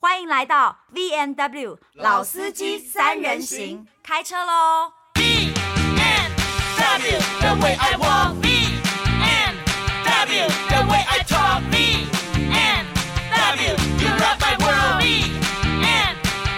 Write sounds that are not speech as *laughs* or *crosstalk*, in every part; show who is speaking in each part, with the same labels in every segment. Speaker 1: 欢迎来到 V N W 老司机三人行，开车喽！
Speaker 2: BMW, the way I walk. BMW, the way I talk. BMW, you rock my world.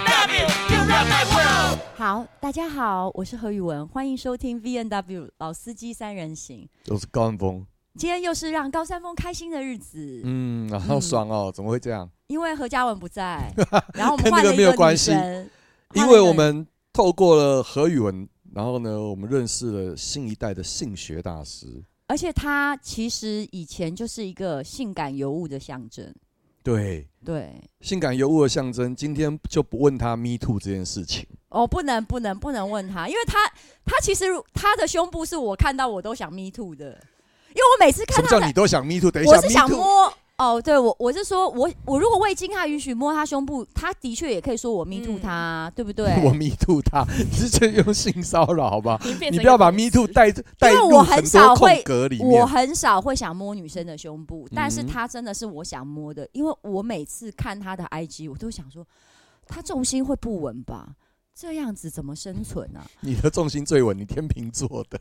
Speaker 2: BMW, you rock my world.
Speaker 3: 好，大家好，我是何宇文，欢迎收听 V N W 老司机三人行。
Speaker 4: 都是高安峰，
Speaker 3: 今天又是让高山峰开心的日子，
Speaker 4: 嗯，啊好爽哦，怎么会这样？
Speaker 3: 因为何嘉文不
Speaker 4: *laughs*
Speaker 3: 在，然后我们
Speaker 4: 跟
Speaker 3: 换
Speaker 4: 那
Speaker 3: 了
Speaker 4: 个
Speaker 3: 一
Speaker 4: 没有
Speaker 3: 女
Speaker 4: 关系
Speaker 3: 神
Speaker 4: 因为我们透过了何宇文，然后呢，我们认识了新一代的性学大师。
Speaker 3: 而且他其实以前就是一个性感尤物的象征，
Speaker 4: 对，
Speaker 3: 对。
Speaker 4: 性感尤物的象征，今天就不问他 me too 这件事情。
Speaker 3: 哦，不能不能不能问他，因为他他其实他的胸部是我看到我都想 me too 的，因为我每次
Speaker 4: 什
Speaker 3: 看
Speaker 4: 么
Speaker 3: 到
Speaker 4: 叫
Speaker 3: 的
Speaker 4: 你都想 me too？等一下
Speaker 3: 我是想
Speaker 4: ，me too，
Speaker 3: 摸哦，对我我是说我我如果未经他允许摸他胸部，他的确也可以说我 me too
Speaker 5: 嗯
Speaker 3: 他啊，对不对？
Speaker 4: *laughs* 我 me too 他，你是这用性骚扰好吧？
Speaker 5: 你变
Speaker 4: 你
Speaker 5: 成一个
Speaker 4: 不要把
Speaker 5: 公
Speaker 4: me
Speaker 5: 司
Speaker 4: too 带带
Speaker 3: 因为
Speaker 4: 入
Speaker 3: 我很
Speaker 4: 很多
Speaker 3: 少会
Speaker 4: 空格里
Speaker 3: 我
Speaker 4: 面。
Speaker 3: 很少会想摸女生的胸部，但是
Speaker 4: 嗯
Speaker 3: 他真的是我想摸的，因为我每次看他的 IG，我都想说，他重心会不稳吧？这样子怎么生存啊？ *laughs*
Speaker 4: 你的重心最稳，你天秤座的，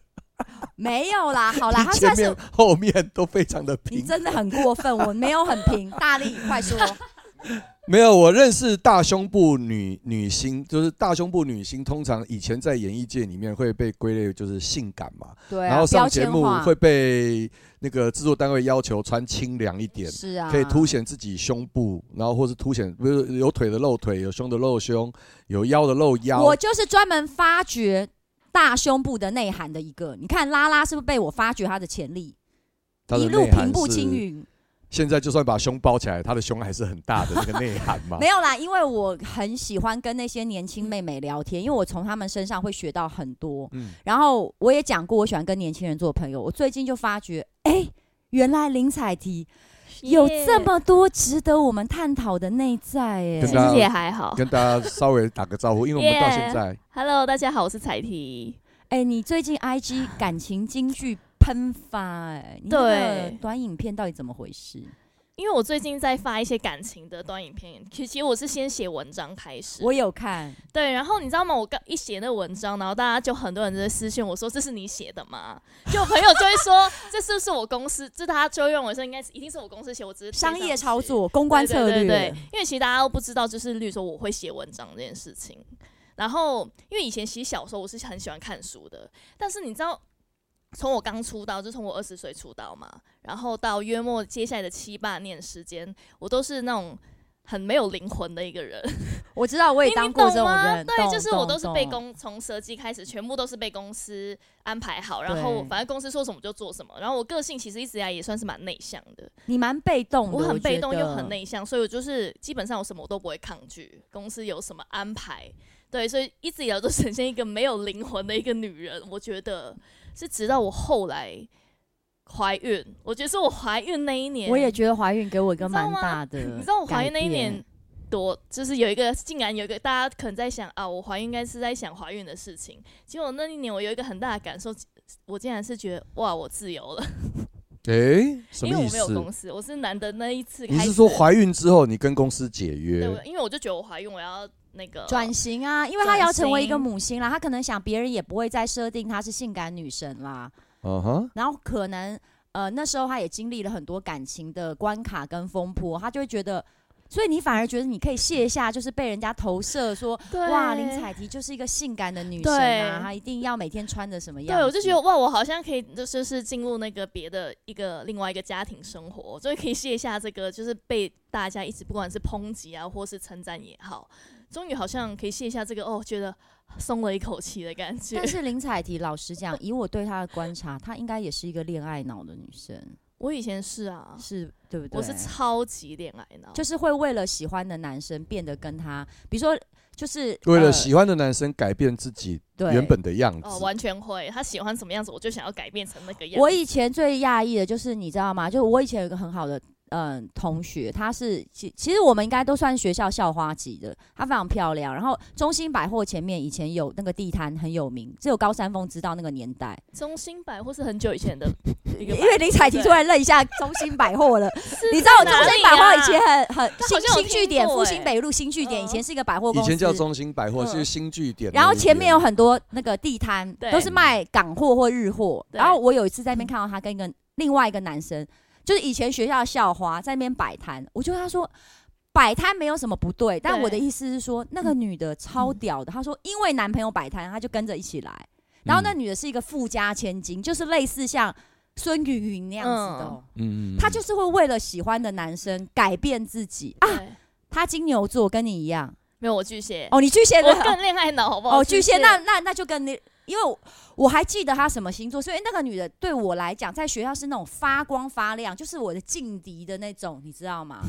Speaker 3: 没有啦，好啦，
Speaker 4: 你
Speaker 3: 他
Speaker 4: 前
Speaker 3: 算是
Speaker 4: 面后面都非常的
Speaker 3: 你
Speaker 4: 平
Speaker 3: 真的很过分，我没有很平，大力快
Speaker 4: *laughs*
Speaker 3: 说，
Speaker 4: 没有，我认识大胸部女女星，就是大胸部女星，通常以前在演艺界里面会被归类就是性感嘛，
Speaker 3: 对、啊，
Speaker 4: 然后上
Speaker 3: 标
Speaker 4: 节
Speaker 3: 签
Speaker 4: 目
Speaker 3: 化
Speaker 4: 会被那个制作单位要求穿清凉一点，
Speaker 3: 是啊，
Speaker 4: 可以凸显自己胸部，然后或是凸显，不是有腿的露腿，有胸的露胸，有腰的露腰。
Speaker 3: 我就是专门发掘大胸部的内涵的一个。你看拉拉是不是被我发掘她的潜力，
Speaker 4: 它的
Speaker 3: 一路
Speaker 4: 内涵
Speaker 3: 平步
Speaker 4: 是
Speaker 3: 青。云？
Speaker 4: 现在就算把胸包起来，她的胸还是很大的那个内涵
Speaker 3: *laughs*
Speaker 4: 嘛
Speaker 3: 没。有啦，因为我很喜欢跟那些年轻妹妹聊天，因为我从她们身上会学到很多。
Speaker 4: 嗯，
Speaker 3: 然后我也讲过，我喜欢跟年轻人做朋友。我最近就发觉，哎、原来林采缇有这么多值得我们探讨的内在、
Speaker 4: 跟
Speaker 5: 其
Speaker 3: 哎，
Speaker 4: 大
Speaker 5: 实也
Speaker 4: 家
Speaker 5: 还好。
Speaker 4: 跟大家稍微打个招呼，因为我们到
Speaker 3: *laughs*
Speaker 4: 现在
Speaker 5: Hello，大家好，我是彩缇。
Speaker 3: 哎、你最近 IG 感情金句喷发、哎，你那个
Speaker 5: 对
Speaker 3: 短影片到底怎么回事？
Speaker 5: 因为我最近在发一些感情的短影片，其其实我是先写文章开始，
Speaker 3: 我有看，
Speaker 5: 对，然后你知道吗？我刚一写那文章，然后大家就很多人在私信我说：“这是你写的吗？”就我朋友就会说：“这是不是我公司？”这大家就会认为说应该是一定是我公司写，我只是贴
Speaker 3: 商
Speaker 5: 上
Speaker 3: 业
Speaker 5: 去
Speaker 3: 操作、公关策略，
Speaker 5: 对对对对因为其实大家都不知道，就是例如说我会写文章这件事情。然后，因为以前其实小时候我是很喜欢看书的，但是你知道，从我刚出道，就从我二十岁出道嘛，然后到约莫接下来的七八年时间，我都是那种很没有灵魂的一个 *laughs* 人。
Speaker 3: 我知道，我也
Speaker 5: 你
Speaker 3: 当
Speaker 5: 你
Speaker 3: 过
Speaker 5: 懂
Speaker 3: 这种
Speaker 5: 吗
Speaker 3: 人，
Speaker 5: 对，
Speaker 3: 懂
Speaker 5: 就是我
Speaker 3: 懂
Speaker 5: 都是被
Speaker 3: 懂
Speaker 5: 公从设计开始，全部都是被公司安排好，然后
Speaker 3: 对
Speaker 5: 反正公司说什么就做什么。然后我个性其实一直以来也算是蛮内向的，
Speaker 3: 你蛮被动的，
Speaker 5: 我很被
Speaker 3: 觉
Speaker 5: 动又很
Speaker 3: 得。
Speaker 5: 内向，所以我就是基本上有什么我都不会抗拒，公司有什么安排，对，所以一直以来都呈现一个没有灵魂的一个女人。我觉得是直到我后来怀孕，我觉得是我怀孕那一年，
Speaker 3: 我也觉得怀孕给我一个
Speaker 5: 你知道
Speaker 3: 蛮
Speaker 5: 吗
Speaker 3: 大的改变，
Speaker 5: 你知道我怀孕那一年多，就是有一个竟然有一个大家可能在想啊，我怀孕应该是在想怀孕的事情。结果那一年我有一个很大的感受，我竟然是觉得哇，我自由了，
Speaker 4: 诶，什
Speaker 5: 因为
Speaker 4: 么意
Speaker 5: 我没有
Speaker 4: 思？
Speaker 5: 公司，我是难得那一次开
Speaker 4: 你
Speaker 5: 始。
Speaker 4: 是说怀孕之后你跟公司解
Speaker 5: 对，
Speaker 4: 约
Speaker 5: 我？因为我就觉得我怀孕，我要那个
Speaker 3: 转型啊，因为她也要
Speaker 5: 转型
Speaker 3: 成为一个母亲啦，她可能想别人也不会再设定她是性感女神啦，
Speaker 4: 嗯哼，
Speaker 3: 然后可能呃那时候她也经历了很多感情的关卡跟风波，她就会觉得。所以你反而觉得你可以卸下，就是被人家投射说，
Speaker 5: 对
Speaker 3: 哇，林采缇就是一个性感的女神啊，
Speaker 5: 对
Speaker 3: 她一定要每天穿的什么样
Speaker 5: 对，
Speaker 3: 子？
Speaker 5: 我就觉得哇，我好像可以就是进入那个别的一个另外一个家庭生活，我终于可以卸下这个就是被大家一直不管是抨击啊，或是称赞也好，终于好像可以卸下这个哦，觉得松了一口气的感觉
Speaker 3: 但。是林采缇，老实讲，以我对她的观察，她应该也是一个恋爱脑的女生。
Speaker 5: *laughs* 我以前是啊，
Speaker 3: 是对不对？
Speaker 5: 我是超级恋爱脑，
Speaker 3: 就是会为了喜欢的男生变得跟他，比如说就是
Speaker 4: 为了
Speaker 3: 呃
Speaker 4: 喜欢的男生改变自己
Speaker 3: 对
Speaker 4: 原本的样
Speaker 5: 哦，
Speaker 4: 子，
Speaker 5: 完全会。他喜欢什么样子，我就想要改变成那个样子。
Speaker 3: 我以前最讶异的就是你知道吗？就是我以前有一个很好的嗯同学，她是其其实我们应该都算学校校花级的，她非常漂亮。然后中心百货前面以前有那个地摊很有名，只有高山峰知道那个年代，
Speaker 5: 中心百货是很久以前的一个
Speaker 3: 因
Speaker 5: 百货，
Speaker 3: 为林采琪突然愣一下中心百货
Speaker 5: *laughs*
Speaker 3: 了。
Speaker 5: 是
Speaker 3: *laughs* 你知道我中
Speaker 5: 哪
Speaker 3: 心
Speaker 5: 里
Speaker 3: 百
Speaker 5: 啊
Speaker 3: 货以前很很
Speaker 5: 好
Speaker 3: 新
Speaker 5: 像有
Speaker 3: 新据
Speaker 5: 听
Speaker 3: 点，
Speaker 5: 过
Speaker 3: 复
Speaker 5: 欸
Speaker 3: 兴北路新据点以前
Speaker 5: 嗯
Speaker 3: 是一个百货公
Speaker 4: 以
Speaker 3: 司，
Speaker 4: 前叫中兴百货，是
Speaker 5: 嗯
Speaker 4: 新据点那一边。
Speaker 3: 然后前面有很多那个地摊，
Speaker 5: 对
Speaker 3: 都是卖港货或日货。
Speaker 5: 对
Speaker 3: 然后我有一次在那边看到他跟一个另外一个男生，就是以前学校的校花，在那边摆摊。我就跟他说，摆摊没有什么不对，但
Speaker 5: 对嗯
Speaker 3: 我的意思是说，那个女的超屌的。她说，因为男朋友摆摊，她就跟着一起来。
Speaker 4: 嗯
Speaker 3: 然后那女的是一个富家千金，就是类似像孙芸芸那样子的哦。
Speaker 4: 嗯，嗯嗯
Speaker 3: 她就是会为了喜欢的男生改变自己啊！
Speaker 5: 对
Speaker 3: 她金牛座跟你一样
Speaker 5: 没有我巨蟹，
Speaker 3: 哦，你巨蟹
Speaker 5: 哎我
Speaker 3: 座。
Speaker 5: 更恋爱脑，好不好？
Speaker 3: 哦，巨蟹，那那那就跟你，因为我我还记得她什么星座，所以那个女的对我来讲，在学校是那种发光发亮，就是我的劲敌的那种，你知道
Speaker 5: *laughs*
Speaker 3: 吗？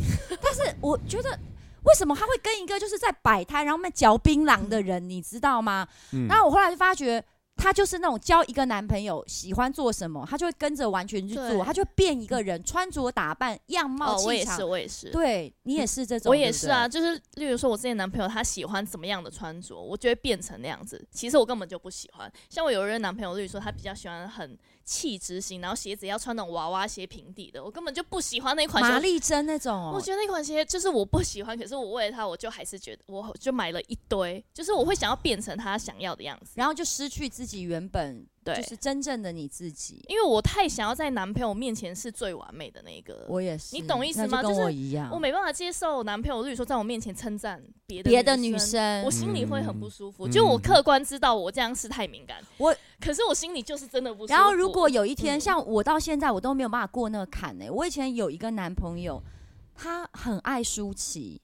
Speaker 3: 但是我觉得。为什么她会跟一个就是在摆摊，然后卖嚼槟榔的人，你知道吗？
Speaker 4: 嗯
Speaker 3: 然后我后来就发觉，她就是那种交一个男朋友喜欢做什么，她就会跟着完全去做，
Speaker 5: 对
Speaker 3: 她就会变一个人，穿着打扮、样貌、
Speaker 5: 哦，我
Speaker 3: 气
Speaker 5: 也
Speaker 3: 场
Speaker 5: 是，。我也是，
Speaker 3: 对你也是这种，
Speaker 5: 我也
Speaker 3: 对不
Speaker 5: 是
Speaker 3: 对
Speaker 5: 啊。。就是例如说，我之前男朋友他喜欢怎么样的穿着，我就会变成那样子。其实我根本就不喜欢。像我有一任男朋友，例如说他比较喜欢很气质型，然后鞋子要穿那种娃娃鞋平底的，我根本就不喜欢那款
Speaker 3: 玛
Speaker 5: 鞋。
Speaker 3: 丽珍那种哦，
Speaker 5: 我觉得那款鞋就是我不喜欢，可是我为了他，我就还是觉得我就买了一堆，就是我会想要变成他想要的样子。
Speaker 3: 然后就失去自己原本
Speaker 5: 对
Speaker 3: 就是真正的你自己。
Speaker 5: 因为我太想要在男朋友面前是最完美的那一个，
Speaker 3: 我也是，
Speaker 5: 你懂意思吗
Speaker 3: 那就
Speaker 5: 就
Speaker 3: 跟
Speaker 5: 是
Speaker 3: 我一样，
Speaker 5: 我没办法接受男朋友，例如说在我面前称赞别的
Speaker 3: 别的女，生
Speaker 5: 我，心里会很不舒服。
Speaker 4: 嗯
Speaker 5: 就我客观知道我这样是太敏感，
Speaker 3: 我
Speaker 5: 可是我心里就是真的不舒服。
Speaker 3: 然后如果有一天，
Speaker 5: 嗯
Speaker 3: 像我到现在我都没有办法过那个坎呢、我以前有一个男朋友，他很爱舒淇，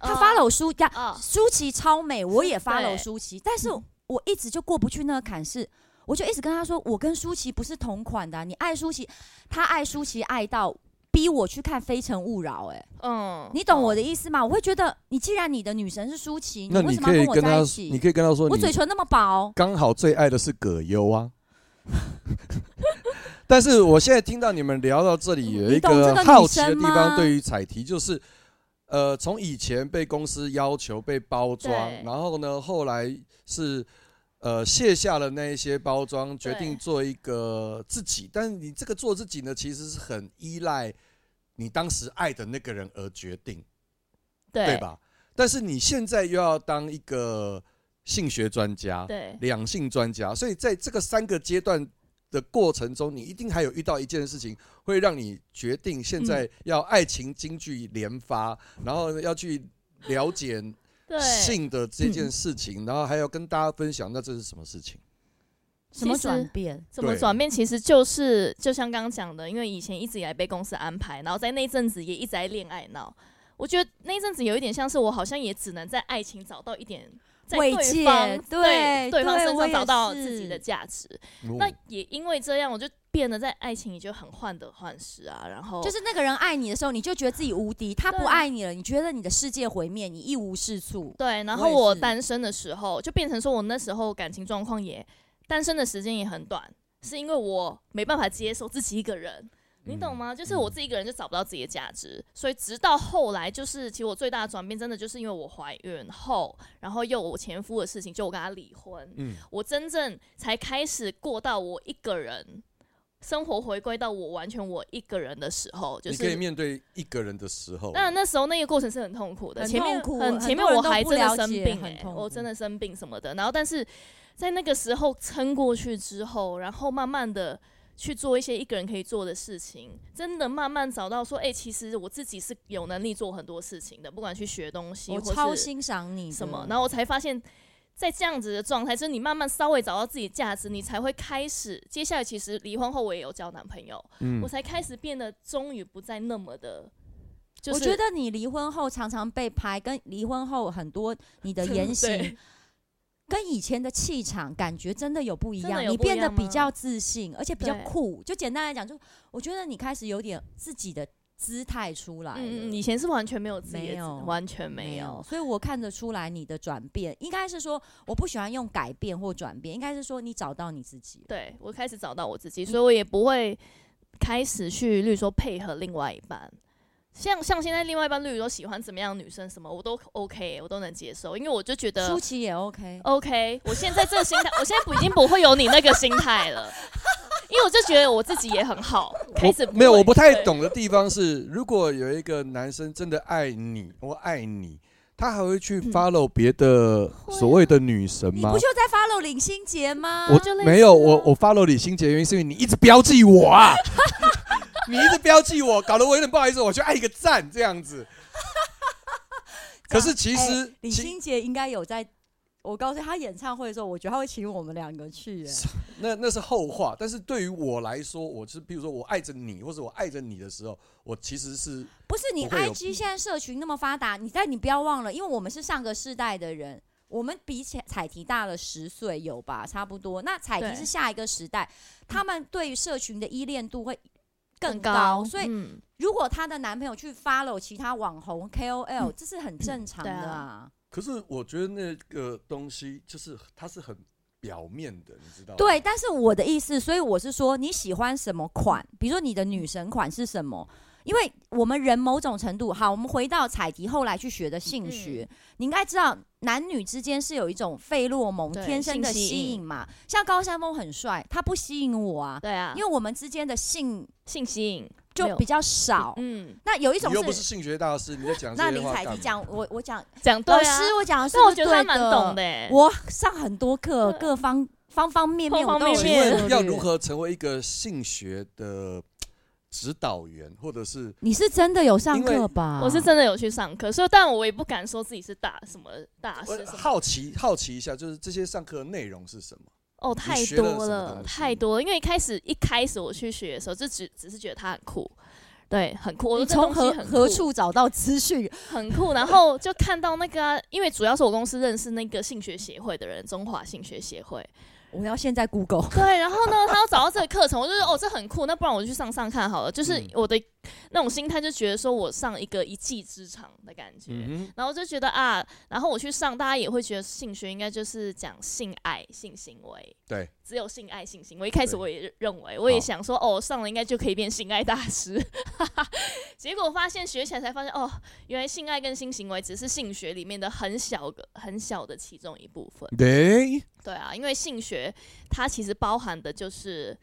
Speaker 3: 他发
Speaker 5: 了
Speaker 3: 了我舒呀，
Speaker 5: 啊，
Speaker 3: 舒淇超美，我也发了
Speaker 5: 嗯对
Speaker 3: 舒淇，但是
Speaker 5: 嗯
Speaker 3: 我一直就过不去那个坎是。我就一直跟他说，我跟舒淇不是同款的啊、你爱舒淇，他爱舒淇爱到逼我去看《非诚勿扰》，哎，
Speaker 5: 嗯
Speaker 3: 你懂我的意思吗？我会觉得，你既然你的女神是舒淇，
Speaker 4: 那
Speaker 3: 为
Speaker 4: 你
Speaker 3: 什么
Speaker 4: 可以
Speaker 3: 要我
Speaker 4: 跟
Speaker 3: 在
Speaker 4: 他
Speaker 3: 一，
Speaker 4: 你
Speaker 3: 起？
Speaker 4: 可以跟他说，
Speaker 3: 我
Speaker 4: 你
Speaker 3: 嘴唇那么薄，
Speaker 4: 刚好最爱的是葛优啊。 *laughs* 但是我现在听到你们聊到这里，有
Speaker 3: 你
Speaker 4: 一
Speaker 3: 懂这
Speaker 4: 个
Speaker 3: 个
Speaker 4: 好
Speaker 3: 女
Speaker 4: 奇的
Speaker 3: 生
Speaker 4: 地
Speaker 3: 吗
Speaker 4: 方，对于彩题就是，呃，从以前被公司要求被包装，
Speaker 5: 对
Speaker 4: 然后呢，后来是呃卸下了那一些包装，决定做一个自己。但是你这个做自己呢，其实是很依赖你当时爱的那个人而决定。
Speaker 5: 对
Speaker 4: 对？吧？但是你现在又要当一个性学专家、
Speaker 5: 对
Speaker 4: 两性专家，所以在这个三个阶段的过程中，你一定还有遇到一件事情，会让你决定现在要爱情京剧连发，
Speaker 5: 嗯
Speaker 4: 然后要去了解
Speaker 5: 对，
Speaker 4: 性的这件事情，然后还要跟大家分享，那这是什么事情？
Speaker 3: 什么
Speaker 5: 其实
Speaker 3: 转变？
Speaker 5: 怎么
Speaker 4: 对
Speaker 5: 转变？其实就是就像刚刚讲的，因为以前一直以来被公司安排，然后在那阵子也一直在恋爱闹。我觉得那阵子有一点像是我好像也只能在爱情找到一点在
Speaker 3: 慰
Speaker 5: 对
Speaker 3: 藉
Speaker 5: 方
Speaker 3: 对
Speaker 5: 对方
Speaker 3: 对
Speaker 5: 身
Speaker 3: 我
Speaker 5: 上
Speaker 3: 也
Speaker 5: 找到自己的
Speaker 3: 是
Speaker 5: 价值。
Speaker 4: 哦
Speaker 5: 那也因为这样，我就变得在爱情里就很患得患失啊，然后
Speaker 3: 就是那个人爱你的时候，你就觉得自己无敌；他不
Speaker 5: 对
Speaker 3: 爱你了，你觉得你的世界毁灭，你一无是处。
Speaker 5: 对，然
Speaker 3: 我
Speaker 5: 后
Speaker 3: 也
Speaker 5: 我
Speaker 3: 是
Speaker 5: 单身的时候，就变成说我那时候感情状况也单身的时间也很短，是因为我没办法接受自己一个人，你懂
Speaker 3: 嗯
Speaker 5: 吗？就是我自己一个人就找不到自己的价值，所以直到后来，就是其实我最大的转变，真的就是因为我怀孕后，然后又有我前夫的事情，就我跟他离婚，
Speaker 4: 嗯
Speaker 5: 我真正才开始过到我一个人。生活回归到我完全我一个人的时候，就
Speaker 4: 你
Speaker 5: 是
Speaker 4: 可以面对一个人的时候，
Speaker 5: 当然那时候那个过程是很痛苦的，
Speaker 3: 很
Speaker 5: 前面
Speaker 3: 痛苦很
Speaker 5: 很前面
Speaker 3: 多人
Speaker 5: 我
Speaker 3: 都
Speaker 5: 还
Speaker 3: 不
Speaker 5: 真
Speaker 3: 了
Speaker 5: 的生
Speaker 3: 解
Speaker 5: 病、
Speaker 3: 很
Speaker 5: 欸
Speaker 3: 痛
Speaker 5: 我
Speaker 3: 苦
Speaker 5: 真的生病什么的。然后但是在那个时候撑过去之后，然后慢慢的去做一些一个人可以做的事情，真的慢慢找到说，哎、其实我自己是有能力做很多事情的，不管去学东西
Speaker 3: 我
Speaker 5: 或
Speaker 3: 超
Speaker 5: 是
Speaker 3: 欣赏你的
Speaker 5: 什么，然后我才发现。在这样子的状态，就是你慢慢稍微找到自己的价值，你才会开始。接下来其实离婚后我也有交男朋友，
Speaker 4: 嗯
Speaker 5: 我才开始变得终于不再那么的，就
Speaker 3: 我
Speaker 5: 是
Speaker 3: 觉得你离婚后常常被拍，跟离婚后很多你的言行
Speaker 5: 对
Speaker 3: 跟以前的气场感觉真的有不一
Speaker 5: 真
Speaker 3: 样，
Speaker 5: 的有
Speaker 3: 你
Speaker 5: 不一
Speaker 3: 变得
Speaker 5: 样
Speaker 3: 比
Speaker 5: 吗
Speaker 3: 较自信，而且比较
Speaker 5: 对
Speaker 3: 酷。就简单来讲，就我觉得你开始有点自己的姿态出来了。
Speaker 5: 嗯嗯，以前是完全没有自己
Speaker 3: 没
Speaker 5: 的
Speaker 3: 有
Speaker 5: 字，完全没
Speaker 3: 没有，
Speaker 5: 有。
Speaker 3: 所以我看得出来你的转变，应该是说我不喜欢用改变或转变，应该是说你找到你自己了。
Speaker 5: 对我开始找到我自己，所以
Speaker 3: 嗯
Speaker 5: 我也不会开始去，例如说配合另外一半。像像现在另外一半，例如说喜欢怎么样的女生什么，我都 OK，我都能接受，因为我就觉得
Speaker 3: 舒淇也 OK，
Speaker 5: OK，我现在这个心态，我现在不已经不会有你那个心态了，因为我就觉得我自己也很好。开始
Speaker 4: 我没有，
Speaker 5: 会
Speaker 4: 我不太
Speaker 5: 对
Speaker 4: 懂的地方是，如果有一个男生真的爱你，我爱你，他还会去
Speaker 5: 嗯
Speaker 4: follow 别的
Speaker 5: 会啊
Speaker 4: 所谓的女神
Speaker 3: 你
Speaker 4: 吗
Speaker 3: 不？就在 follow 领心杰吗？
Speaker 4: 我
Speaker 5: 就类
Speaker 4: 没有，
Speaker 5: 似啊
Speaker 4: 我我 follow 李心洁，原因是因为你一直标记我啊， *laughs* 你一直标记我，搞得我有点不好意思，我去按一个赞这
Speaker 3: *laughs*
Speaker 4: 样子。可是其实
Speaker 3: 哎，李
Speaker 4: 其
Speaker 3: 心洁应该有在。我告诉你，他演唱会的时候，我觉得他会请我们两个去、哎
Speaker 4: 那那是啊后话，但是对于我来说，我是比如说我爱着你，或者我爱着你的时候，我其实是
Speaker 3: 不是你
Speaker 4: 不会有
Speaker 3: IG 现在社群那么发达，你但你不要忘了，因为我们是上个世代的人，我们比起彩提大了十岁有吧，差不多。那彩提
Speaker 5: 对
Speaker 3: 是下一个时代，他们对于社群的依恋度会更
Speaker 5: 更
Speaker 3: 高，所以
Speaker 5: 嗯
Speaker 3: 如果她的男朋友去 follow 其他网红 KOL，、这是很正常的
Speaker 5: 对
Speaker 3: 嗯啊
Speaker 5: 啊。
Speaker 4: 可是我觉得那个东西就是它是很表面的，你
Speaker 5: 哦
Speaker 4: 知道吗？
Speaker 3: 对，但是我的意思，所以我是说你喜欢什么款，比如说你的女神款是什么？因为我们人某种程度，好，我们回到彩迪后来去学的性学，
Speaker 5: 嗯
Speaker 3: 你应该知道男女之间是有一种费洛蒙
Speaker 5: 对
Speaker 3: 天生的
Speaker 5: 性吸
Speaker 3: 吸
Speaker 5: 引
Speaker 3: 引嘛。像高山峰很帅，他不吸引我啊，
Speaker 5: 对啊，
Speaker 3: 因为我们之间的性
Speaker 5: 性吸引没
Speaker 3: 就
Speaker 5: 有
Speaker 3: 比较少。
Speaker 5: 嗯，
Speaker 3: 那有一种
Speaker 4: 你又不是性学大师，你在讲这
Speaker 3: 那
Speaker 4: 些
Speaker 3: 林
Speaker 4: 话
Speaker 3: 彩
Speaker 4: 干
Speaker 3: 迪
Speaker 4: 嘛
Speaker 3: 讲，
Speaker 4: *laughs*
Speaker 3: 我我讲
Speaker 5: 讲对
Speaker 3: 老
Speaker 5: 啊。
Speaker 3: 师，我讲的是
Speaker 5: 但
Speaker 3: 不
Speaker 5: 我
Speaker 3: 是
Speaker 5: 觉
Speaker 3: 对的？
Speaker 5: 得他蛮懂的欸，
Speaker 3: 我上很多课，
Speaker 5: 对
Speaker 3: 各方方方面面我
Speaker 5: 方
Speaker 3: 都有
Speaker 5: 方
Speaker 4: 请
Speaker 5: 面面
Speaker 3: 涉
Speaker 4: 问
Speaker 3: 猎
Speaker 4: 要如？何成为一个性学的指导员，或者是
Speaker 3: 你是真的有上
Speaker 4: 因为
Speaker 3: 课吧？
Speaker 5: 我是真的有去上课，所以但我也不敢说自己是大什么大师
Speaker 4: 我
Speaker 5: 什么。
Speaker 4: 呃好奇好奇一下，就是这些上课的内容是什么？
Speaker 5: 哦，太
Speaker 4: 学了
Speaker 5: 多
Speaker 4: 什么
Speaker 5: 了，
Speaker 4: 东西
Speaker 5: 太多了。因为一开始一开始我去学的时候，就只只是觉得它很酷，对，很酷。我
Speaker 3: 你
Speaker 5: 说这
Speaker 3: 从
Speaker 5: 东西
Speaker 3: 何
Speaker 5: 很
Speaker 3: 何
Speaker 5: 酷
Speaker 3: 处找到资讯？
Speaker 5: 很酷，然后就看到那个啊、因为主要是我公司认识那个性学协会的人，中华性学协会。
Speaker 3: 我要现在 Google。
Speaker 5: 对，然后呢，他要找到这个课程，我就说哦，这很酷，那不然我就去上上看好了。就是
Speaker 4: 嗯
Speaker 5: 我的那种心态，就觉得说我上一个一技之长的感觉。
Speaker 4: 嗯
Speaker 5: 然后就觉得啊，然后我去上，大家也会觉得性学应该就是讲性爱、性行为，
Speaker 4: 对，
Speaker 5: 只有性爱、性行为。一开始
Speaker 4: 对
Speaker 5: 我也认为，我也
Speaker 4: 好
Speaker 5: 想说，哦，上了应该就可以变性爱大师， *laughs* 结果发现学起来才发现，哦，原来性爱跟性行为只是性学里面的很小个、很小的其中一部分。
Speaker 4: 哼，对，
Speaker 5: 对啊，因为性学它其实包含的就是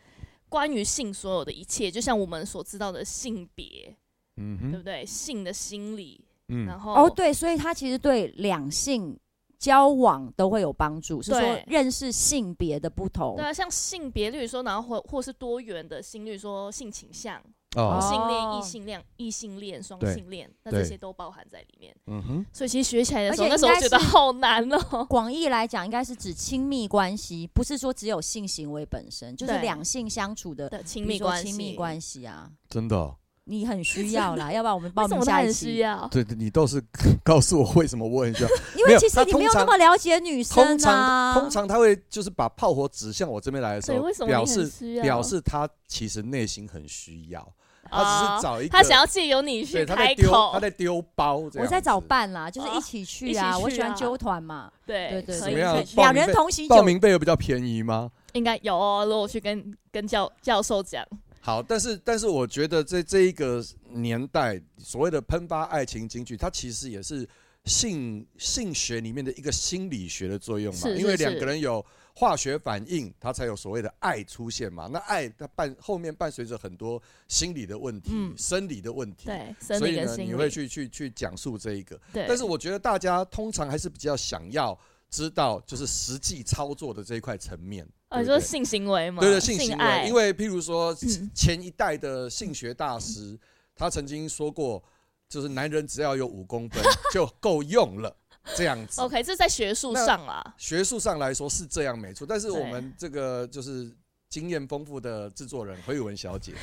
Speaker 5: 关于性所有的一切，就像我们所知道的性别，
Speaker 4: 嗯
Speaker 5: 对不
Speaker 4: 哼，
Speaker 5: 对？性的心理，然
Speaker 4: 嗯，
Speaker 5: 后
Speaker 3: 哦，对，所以他其实对两性交往都会有帮助，是说
Speaker 5: 对
Speaker 3: 认识性别的不
Speaker 4: 哦
Speaker 3: 同
Speaker 5: 对。啊，像性别，例如说，然后或或是多元的性，例如说性倾向、
Speaker 4: 哦，
Speaker 5: 性恋、
Speaker 3: 哦
Speaker 5: 异性恋、异性恋、双
Speaker 4: 对
Speaker 5: 性恋，那
Speaker 4: 对
Speaker 5: 这些都包含在里面。
Speaker 4: 嗯哼，
Speaker 5: 所以其实学起来的时
Speaker 3: 而
Speaker 5: 候，
Speaker 3: 且
Speaker 5: 那时候
Speaker 3: 应该
Speaker 5: 觉得
Speaker 3: 是
Speaker 5: 好难
Speaker 3: *laughs*
Speaker 5: 哦。
Speaker 3: 广义来讲，应该是指亲密关系，不是说只有性行为本身，就是
Speaker 5: 对
Speaker 3: 两性相处的
Speaker 5: 的
Speaker 3: 比
Speaker 5: 亲
Speaker 3: 如
Speaker 5: 密
Speaker 3: 说
Speaker 5: 关系，
Speaker 3: 亲密关系啊，
Speaker 4: 真的哦，
Speaker 3: 你很需要
Speaker 5: *laughs*
Speaker 3: 啦，要不然我们报
Speaker 5: 为什
Speaker 3: 名
Speaker 5: 么他
Speaker 3: 下一
Speaker 5: 很
Speaker 3: 期
Speaker 5: 需。要？
Speaker 4: 对，对你倒是告诉我为什么我很
Speaker 5: *laughs*
Speaker 4: 需要。
Speaker 3: 因
Speaker 4: 没
Speaker 3: 为
Speaker 4: 有
Speaker 3: 其实
Speaker 4: 他
Speaker 3: 你
Speaker 4: 通
Speaker 3: 没有那
Speaker 4: 常
Speaker 3: 么了解女生
Speaker 4: 通
Speaker 3: 啊。
Speaker 4: 常通常他会就是把炮火指向我这边来的时
Speaker 5: 对，
Speaker 4: 候
Speaker 5: 为什，么你
Speaker 4: 表
Speaker 5: 很
Speaker 4: 示
Speaker 5: 需要？
Speaker 4: 表示他其实内心很需要，他只
Speaker 5: 啊
Speaker 4: 是找一个
Speaker 5: 他想要借由你去
Speaker 4: 对他在
Speaker 5: 开
Speaker 4: 丢
Speaker 5: 口
Speaker 4: 他，在丢包这样子，
Speaker 3: 我在找伴啦，就是
Speaker 5: 哦
Speaker 3: 一起去啊，
Speaker 5: 一起去
Speaker 3: 我喜欢
Speaker 5: 啊
Speaker 3: 纠团嘛，对
Speaker 5: 对
Speaker 3: 对
Speaker 5: 可
Speaker 4: 怎
Speaker 5: 以
Speaker 4: 么样
Speaker 5: 可以
Speaker 4: 报
Speaker 3: 两
Speaker 4: 名
Speaker 3: 人
Speaker 4: 费
Speaker 3: 同行
Speaker 4: 报
Speaker 3: 酒
Speaker 4: 名费有比较便宜吗？
Speaker 5: 应该有哦。如果我去跟跟教教授讲，
Speaker 4: 好，但是但是我觉得这这一个年代所谓的喷发爱情金句，它其实也是性性学里面的一个心理学的作用嘛，
Speaker 5: 是
Speaker 4: 因为
Speaker 5: 是
Speaker 4: 两
Speaker 5: 是
Speaker 4: 个人有化学反应，它才有所谓的爱出现嘛。那爱它伴后面伴随着很多心理的问题、
Speaker 5: 嗯
Speaker 4: 生理的问题，
Speaker 5: 对，生
Speaker 4: 所
Speaker 5: 理
Speaker 4: 以
Speaker 5: 跟
Speaker 4: 呢，
Speaker 5: 心理，
Speaker 4: 你会去去去讲述这一个。
Speaker 5: 对，
Speaker 4: 但是我觉得大家通常还是比较想要知道，就是实际操作的这一块层面。
Speaker 5: 啊，
Speaker 4: 对
Speaker 5: 你
Speaker 4: 不
Speaker 5: 说
Speaker 4: 对
Speaker 5: 性行为嘛，
Speaker 4: 对对，性行
Speaker 5: 爱
Speaker 4: 为，因为譬如说
Speaker 5: 嗯
Speaker 4: 前一代的性学大师，他曾经说过，就是男人只要有五
Speaker 3: *laughs*
Speaker 4: 公分就够用了，这样子。
Speaker 5: OK，这是在学术
Speaker 4: 那
Speaker 5: 上啦，
Speaker 4: 学术上来说是这样没错，但是
Speaker 5: 对
Speaker 4: 我们这个就是经验丰富的制作人何宇文小姐，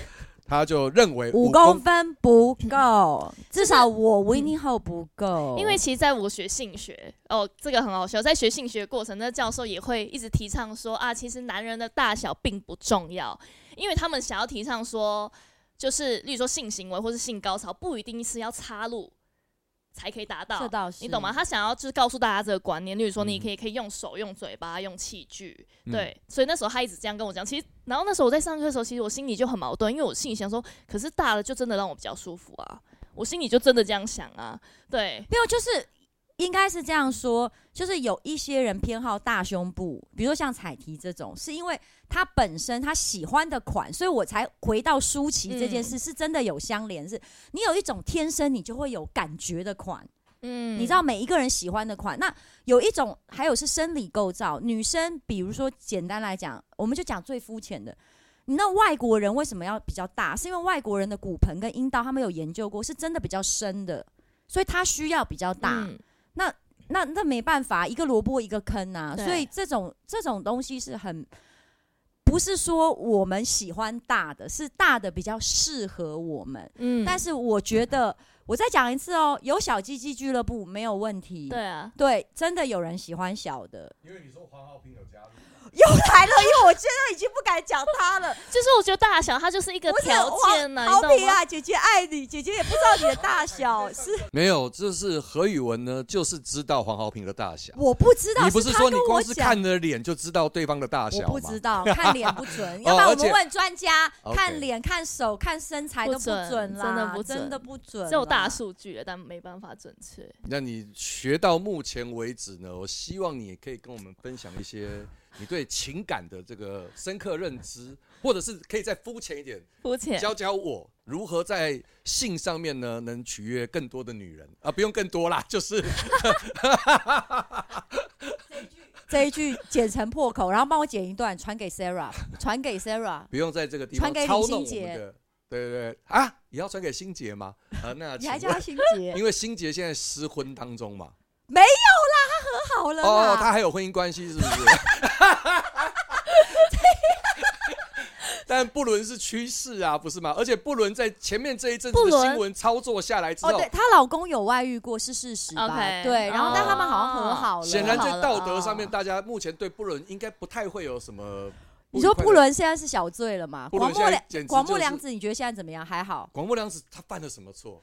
Speaker 4: 他就认为
Speaker 3: 五公
Speaker 4: 公
Speaker 3: 分不
Speaker 5: *laughs*
Speaker 3: 够，至少我 winning 后不够，
Speaker 5: 因为其实在我学性学，哦，这个很好笑，在学性学的过程，那教授也会一直提倡说啊，其实男人的大小并不重要，因为他们想要提倡说，就是例如说性行为或是性高潮，不一定是要插入才可以达到
Speaker 3: 这，倒是
Speaker 5: 你懂吗？？他想要就是告诉大家这个观念，例如说你
Speaker 4: 嗯
Speaker 5: 可以可以用手、用嘴巴、用器具，
Speaker 4: 嗯
Speaker 5: 对。所以那时候他一直这样跟我讲。其实，然后那时候我在上课的时候，其实我心里就很矛盾，因为我心里想说，可是大了就真的让我比较舒服啊，我心里就真的这样想啊，对。
Speaker 3: 没有，就是应该是这样说，就是有一些人偏好大胸部，比如说像彩提这种，是因为他本身他喜欢的款，所以我才回到舒淇这件
Speaker 5: 嗯
Speaker 3: 事、是真的有相连，是你有一种天生你就会有感觉的款。
Speaker 5: 嗯
Speaker 3: 你知道每一个人喜欢的款。那有一种还有是生理构造，女生比如说简单来讲，我们就讲最肤浅的。你知道外国人为什么要比较大？是因为外国人的骨盆跟阴道，他们有研究过，是真的比较深的，所以他需要比较大。
Speaker 5: 嗯
Speaker 3: 那那没办法，一个萝卜一个坑啊。
Speaker 5: 对
Speaker 3: 所以这种这种东西是很，不是说我们喜欢大的，是大的比较适合我们。
Speaker 5: 嗯
Speaker 3: 但是我觉得，我再讲一次哦，有小鸡鸡俱乐部没有问题。
Speaker 5: 对啊，
Speaker 3: 对，真的有人喜欢小的。
Speaker 4: 因为你说黄浩平有加入，
Speaker 3: 又来了，因为我现在已经不敢讲他
Speaker 5: *laughs*
Speaker 3: 了。
Speaker 5: 就是我觉得大小它就是一个
Speaker 3: 不是
Speaker 5: 条件呢、
Speaker 3: 好
Speaker 5: 你懂
Speaker 3: 比
Speaker 5: 吗？
Speaker 3: 啊，姐姐爱你，姐姐也不知道你的大
Speaker 5: *laughs*
Speaker 3: 小，是
Speaker 4: 没有，就是何宇文呢，就是知道黄浩平的大小。
Speaker 3: 我不知道。
Speaker 4: 你不是
Speaker 3: 他
Speaker 4: 说你
Speaker 3: 跟我
Speaker 4: 光是
Speaker 3: 讲
Speaker 4: 看了脸就知道对方的大小吗？哦
Speaker 3: 我不知道，看脸不
Speaker 4: *laughs*
Speaker 3: 准，要不然
Speaker 4: 而
Speaker 3: 我们
Speaker 4: 且
Speaker 3: 问专家，
Speaker 4: OK
Speaker 3: 看脸、看手、看身材都
Speaker 5: 不准
Speaker 3: 准啦，
Speaker 5: 真
Speaker 3: 真
Speaker 5: 的不准
Speaker 3: 的不准啦，啊
Speaker 5: 只有大数据了，但没办法准确。
Speaker 4: 那你学到目前为止呢，我希望你也可以跟我们分享一些你对情感的这个深刻认知，或者是可以再肤浅一点，
Speaker 5: 肤浅，
Speaker 4: 教教我如何在性上面呢能取悦更多的女人啊，不用更多啦，就是
Speaker 3: 这一句剪成破口，然后帮我剪一段，传给 Sarah，传给
Speaker 4: *laughs*
Speaker 3: Sarah。
Speaker 4: 不用在这个地
Speaker 3: 传
Speaker 4: 方
Speaker 3: 给李
Speaker 4: 操弄
Speaker 3: 心洁
Speaker 4: 我们的。对对对啊，也要传给心杰吗？啊，那
Speaker 3: 你还
Speaker 4: 请
Speaker 3: 叫他
Speaker 4: 问
Speaker 3: 心结？
Speaker 4: 因为心杰现在失婚当中嘛，
Speaker 3: 好了
Speaker 4: 哦，
Speaker 3: 啦，
Speaker 4: 他还有婚姻关系是
Speaker 3: *laughs*
Speaker 4: 不是？但不伦是趋势啊，不是吗？而且不伦在前面这一阵子
Speaker 5: 不
Speaker 4: 的
Speaker 5: 伦
Speaker 4: 新闻操作下来之
Speaker 3: 哦，
Speaker 4: 后
Speaker 3: 对，，她老公有外遇过是事实吧
Speaker 5: OK，
Speaker 3: 对，然后但他们好像和好了。
Speaker 4: 显然在
Speaker 5: 好了
Speaker 4: 道德上面，
Speaker 5: 哦
Speaker 4: 大家目前对不伦应该不太会有什么不
Speaker 3: 你
Speaker 4: 愉快的。
Speaker 3: 说布伦现在是小罪了嘛？
Speaker 4: 布伦
Speaker 3: 广末
Speaker 4: 现在
Speaker 3: 凉
Speaker 4: 简直
Speaker 3: 广末
Speaker 4: 就是
Speaker 3: 凉子，你觉得现在怎么样？还好，
Speaker 4: 广末凉子他犯了什么错？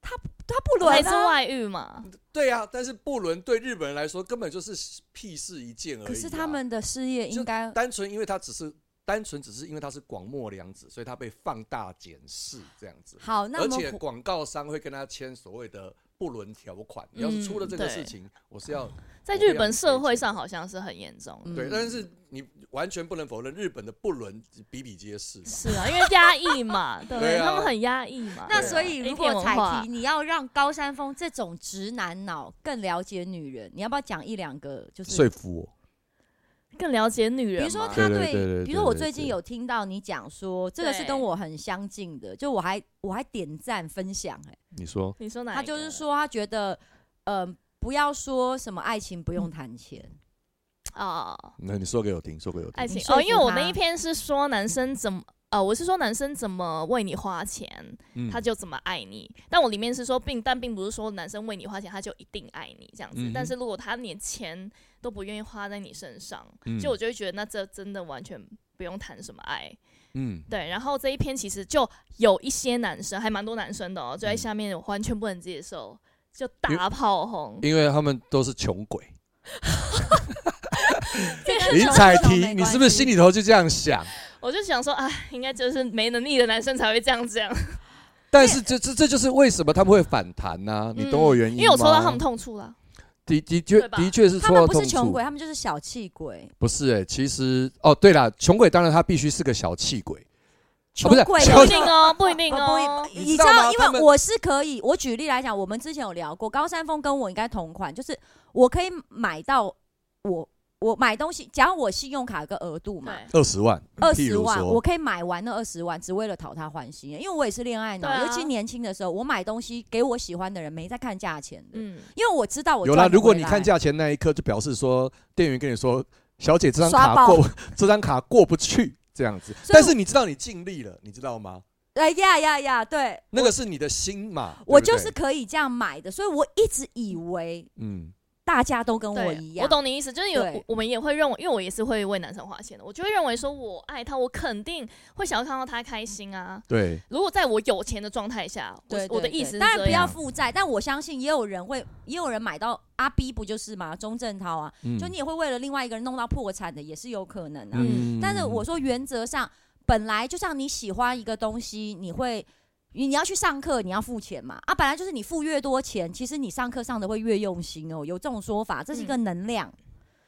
Speaker 3: 他布
Speaker 5: 还
Speaker 3: 伦
Speaker 5: 是
Speaker 3: 啊，
Speaker 5: 外遇嘛？
Speaker 4: 对啊，但是不伦对日本人来说根本就是屁事一件而已、啊
Speaker 3: 可是他。们的事业应该
Speaker 4: 单纯因为他只是单纯只是因为他是广末凉子，所以他被放大检视这样子。
Speaker 3: 好。那
Speaker 4: 啊而
Speaker 3: 么
Speaker 4: 且广告商会跟他签所谓的不伦条款。
Speaker 5: 嗯
Speaker 4: 要是出了这个事情，我是要
Speaker 5: 在日本社会上好像是很严重的。
Speaker 4: 对，
Speaker 3: 嗯
Speaker 4: 但是你完全不能否认日本的不伦比比皆是嘛。
Speaker 5: 是啊，因为压抑
Speaker 3: *laughs*
Speaker 5: 嘛，对不对？
Speaker 4: 对啊
Speaker 5: 他们很压抑嘛。
Speaker 3: 那
Speaker 4: 对啊
Speaker 3: 所以，
Speaker 5: A
Speaker 3: 如
Speaker 5: 片
Speaker 3: 果
Speaker 5: 文
Speaker 3: 彩
Speaker 5: 化
Speaker 3: 题，你要让高山峰这种直男脑更了解女人，你要不要讲一两个？就是
Speaker 4: 服我，
Speaker 5: 更了解女
Speaker 3: 比
Speaker 5: 人嘛，
Speaker 3: 如说他
Speaker 4: 对对对对
Speaker 3: 比如说我
Speaker 4: 对对
Speaker 3: 最近
Speaker 4: 对
Speaker 3: 有听到你讲说，这个是
Speaker 5: 对
Speaker 3: 跟我很相近的，就我还我还点赞分享、欸，
Speaker 4: 你说
Speaker 5: 你说哪一个？
Speaker 3: 他就是说他觉得，嗯、不要说什么爱情不用谈钱，
Speaker 4: 嗯
Speaker 5: 哦，
Speaker 4: 那你说给我听，说给我
Speaker 5: 爱情
Speaker 3: 你说
Speaker 5: 哦，
Speaker 3: 服
Speaker 5: 因为我
Speaker 3: 他
Speaker 5: 那一篇是说男生怎么。呃，我是说男生怎么为你花钱，
Speaker 4: 嗯
Speaker 5: 他就怎么爱你。但我里面是说并，但并不是说男生为你花钱他就一定爱你这样子。
Speaker 4: 嗯哼
Speaker 5: 但是如果他连钱都不愿意花在你身上，
Speaker 4: 嗯
Speaker 5: 就我就会觉得那这真的完全不用谈什么爱。
Speaker 4: 嗯
Speaker 5: 对，然后这一篇其实就有一些男生，还蛮多男生
Speaker 4: 嗯
Speaker 5: 的哦，就在下面完全不能接受，就大炮轰。
Speaker 4: 因为他们都是穷鬼。
Speaker 3: *laughs* 这跟
Speaker 4: 林
Speaker 3: 穷
Speaker 4: 采
Speaker 3: 穷没
Speaker 4: 缇，你
Speaker 3: 关
Speaker 4: 是不是
Speaker 3: 系
Speaker 4: 心里头就这样想？
Speaker 5: 我就想说，哎，应该就是没能力的男生才会这样讲，
Speaker 4: 但是这这这就是为什么他们会反弹呢？你懂我
Speaker 3: 嗯
Speaker 4: 原因吗？
Speaker 5: 因为我戳到他们痛
Speaker 4: *laughs*
Speaker 5: 处了。
Speaker 4: 的的确
Speaker 5: 对吧
Speaker 4: 的确是
Speaker 3: 他
Speaker 4: 戳到
Speaker 3: 们不
Speaker 4: 痛
Speaker 3: 是穷
Speaker 4: 处
Speaker 3: 鬼，。他们就是小气鬼。
Speaker 4: 不是哎，其实哦，对啦，穷鬼当然他必须是个小气鬼，
Speaker 3: 穷
Speaker 4: 啊不是
Speaker 3: 鬼
Speaker 4: 小
Speaker 5: 不
Speaker 3: 有
Speaker 5: 一定哦， *laughs* 不一定
Speaker 3: 不
Speaker 5: 哦
Speaker 3: 不，。你
Speaker 4: 你
Speaker 3: 知
Speaker 4: 知道吗
Speaker 3: 道，因
Speaker 4: 他
Speaker 3: 为
Speaker 4: 们
Speaker 3: 我是可以，我举例来讲，我们之前有聊过，高山峰跟我应该同款，就是我可以买到我我买东西，假如我信用卡有个额度嘛，
Speaker 5: 对，
Speaker 4: 二十万，
Speaker 3: 二
Speaker 4: 譬
Speaker 3: 十
Speaker 4: 如
Speaker 3: 万，
Speaker 4: 说
Speaker 3: 我可以买完那二十万，只为了讨他欢心，因为我也是恋爱脑，
Speaker 5: 对啊
Speaker 3: 尤其年轻的时候，我买东西给我喜欢的人，没在看价钱的，
Speaker 5: 嗯，
Speaker 3: 因为我知道我
Speaker 4: 有
Speaker 3: 赚
Speaker 4: 啦，
Speaker 3: 得
Speaker 4: 如果
Speaker 3: 回
Speaker 4: 你
Speaker 3: 来
Speaker 4: 看。价钱那一刻，就表示说店员跟你说：“小姐，这张
Speaker 3: 刷
Speaker 4: 卡
Speaker 3: 爆
Speaker 4: 过，这张卡过不去。”这样子，
Speaker 3: 所以
Speaker 4: 但
Speaker 3: 我
Speaker 4: 是你知道你尽力了，你知道吗？
Speaker 3: 哎呀呀呀，对
Speaker 4: 那个是你的心嘛？
Speaker 3: 我
Speaker 4: 对不
Speaker 3: 就
Speaker 4: 对
Speaker 3: 是可以这样买的，所以我一直以为
Speaker 4: 嗯，
Speaker 3: 大家都跟我
Speaker 5: 对
Speaker 3: 一样。
Speaker 5: 我懂你意思，就是有
Speaker 3: 对
Speaker 5: 我我们也会认为，因为我也是会为男生花钱的，我就会认为说我爱他，我肯定会想要看到他开心啊。
Speaker 4: 对，
Speaker 5: 如果在我有钱的状态下，我
Speaker 3: 嗯对，
Speaker 5: 我的
Speaker 3: 对
Speaker 5: 意
Speaker 3: 对
Speaker 5: 思是
Speaker 3: 当然
Speaker 5: 这
Speaker 3: 不要
Speaker 5: 样
Speaker 3: 负债，但我相信也有人会，也有人买到阿 B 不就是嘛，钟镇涛啊，
Speaker 4: 嗯
Speaker 3: 就你也会为了另外一个人弄到破产的，也是有可能啊。
Speaker 4: 嗯
Speaker 3: 但是我说原则上，本来就像你喜欢一个东西，你会。你你要去上课，你要付钱嘛？啊，本来就是你付越多钱，其实你上课上的会越用心哦。有这种说法，这是一个
Speaker 4: 嗯
Speaker 3: 能量，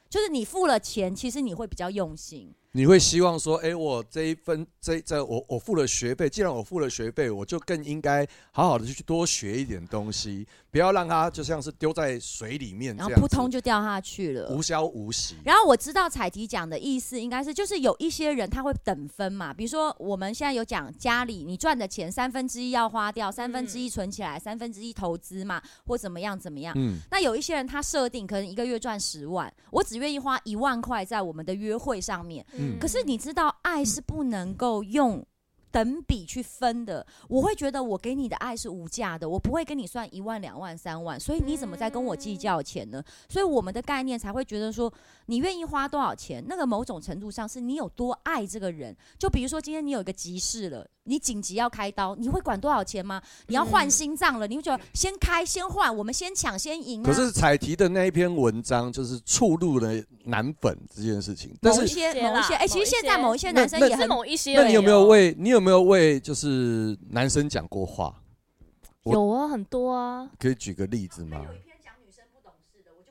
Speaker 3: 就是你付了钱，其实你会比较用心。
Speaker 4: 你会希望说，哎，我这一分这这我我付了学费，既然我付了学费，我就更应该好好的去多学一点东西，不要让它就像是丢在水里嗯面这
Speaker 3: 然
Speaker 4: 样
Speaker 3: 后
Speaker 4: 子，
Speaker 3: 扑通就掉下去了，
Speaker 4: 无消无息。
Speaker 3: 然后我知道彩题讲的意思应该是，就是有一些人他会等分嘛，比如说我们现在有讲家里你赚的钱三分之一要花掉，三分之一存起来，三分之一投资嘛，或怎么样怎么样。
Speaker 4: 嗯，
Speaker 3: 那有一些人他设定可能一个月赚十万，我只愿意花一万块在我们的约会上面。
Speaker 4: 嗯
Speaker 3: 可是你知道，爱是不能够用等比去分的。我会觉得我给你的爱是无价的，我不会跟你算一万、两万、三万，所以你怎么在跟我计较钱呢？所以我们的概念才会觉得说，你愿意花多少钱，那个某种程度上是你有多爱这个人。就比如说今天你有一个急事了，你紧急要开刀，你会管多少钱吗？你要换
Speaker 5: 嗯
Speaker 3: 心脏了，你会觉得先开先换，我们先抢先赢、啊。
Speaker 4: 可是彩提的那一篇文章就是触怒了男粉这件事情，但
Speaker 3: 某一
Speaker 4: 是
Speaker 3: 些
Speaker 5: 些
Speaker 3: 某一
Speaker 5: 啦
Speaker 3: 些，哎、
Speaker 5: 某
Speaker 3: 其实
Speaker 5: 一
Speaker 3: 现
Speaker 5: 些
Speaker 3: 在某一些
Speaker 4: 那
Speaker 3: 男生
Speaker 4: 那
Speaker 3: 也
Speaker 5: 是
Speaker 3: 很
Speaker 5: 某一些啊
Speaker 4: 那
Speaker 5: 人，
Speaker 4: 你有
Speaker 3: 哦
Speaker 4: 没有为你有没有为就是男生讲过话？我
Speaker 5: 有啊，很多啊，
Speaker 4: 可以举个例子吗？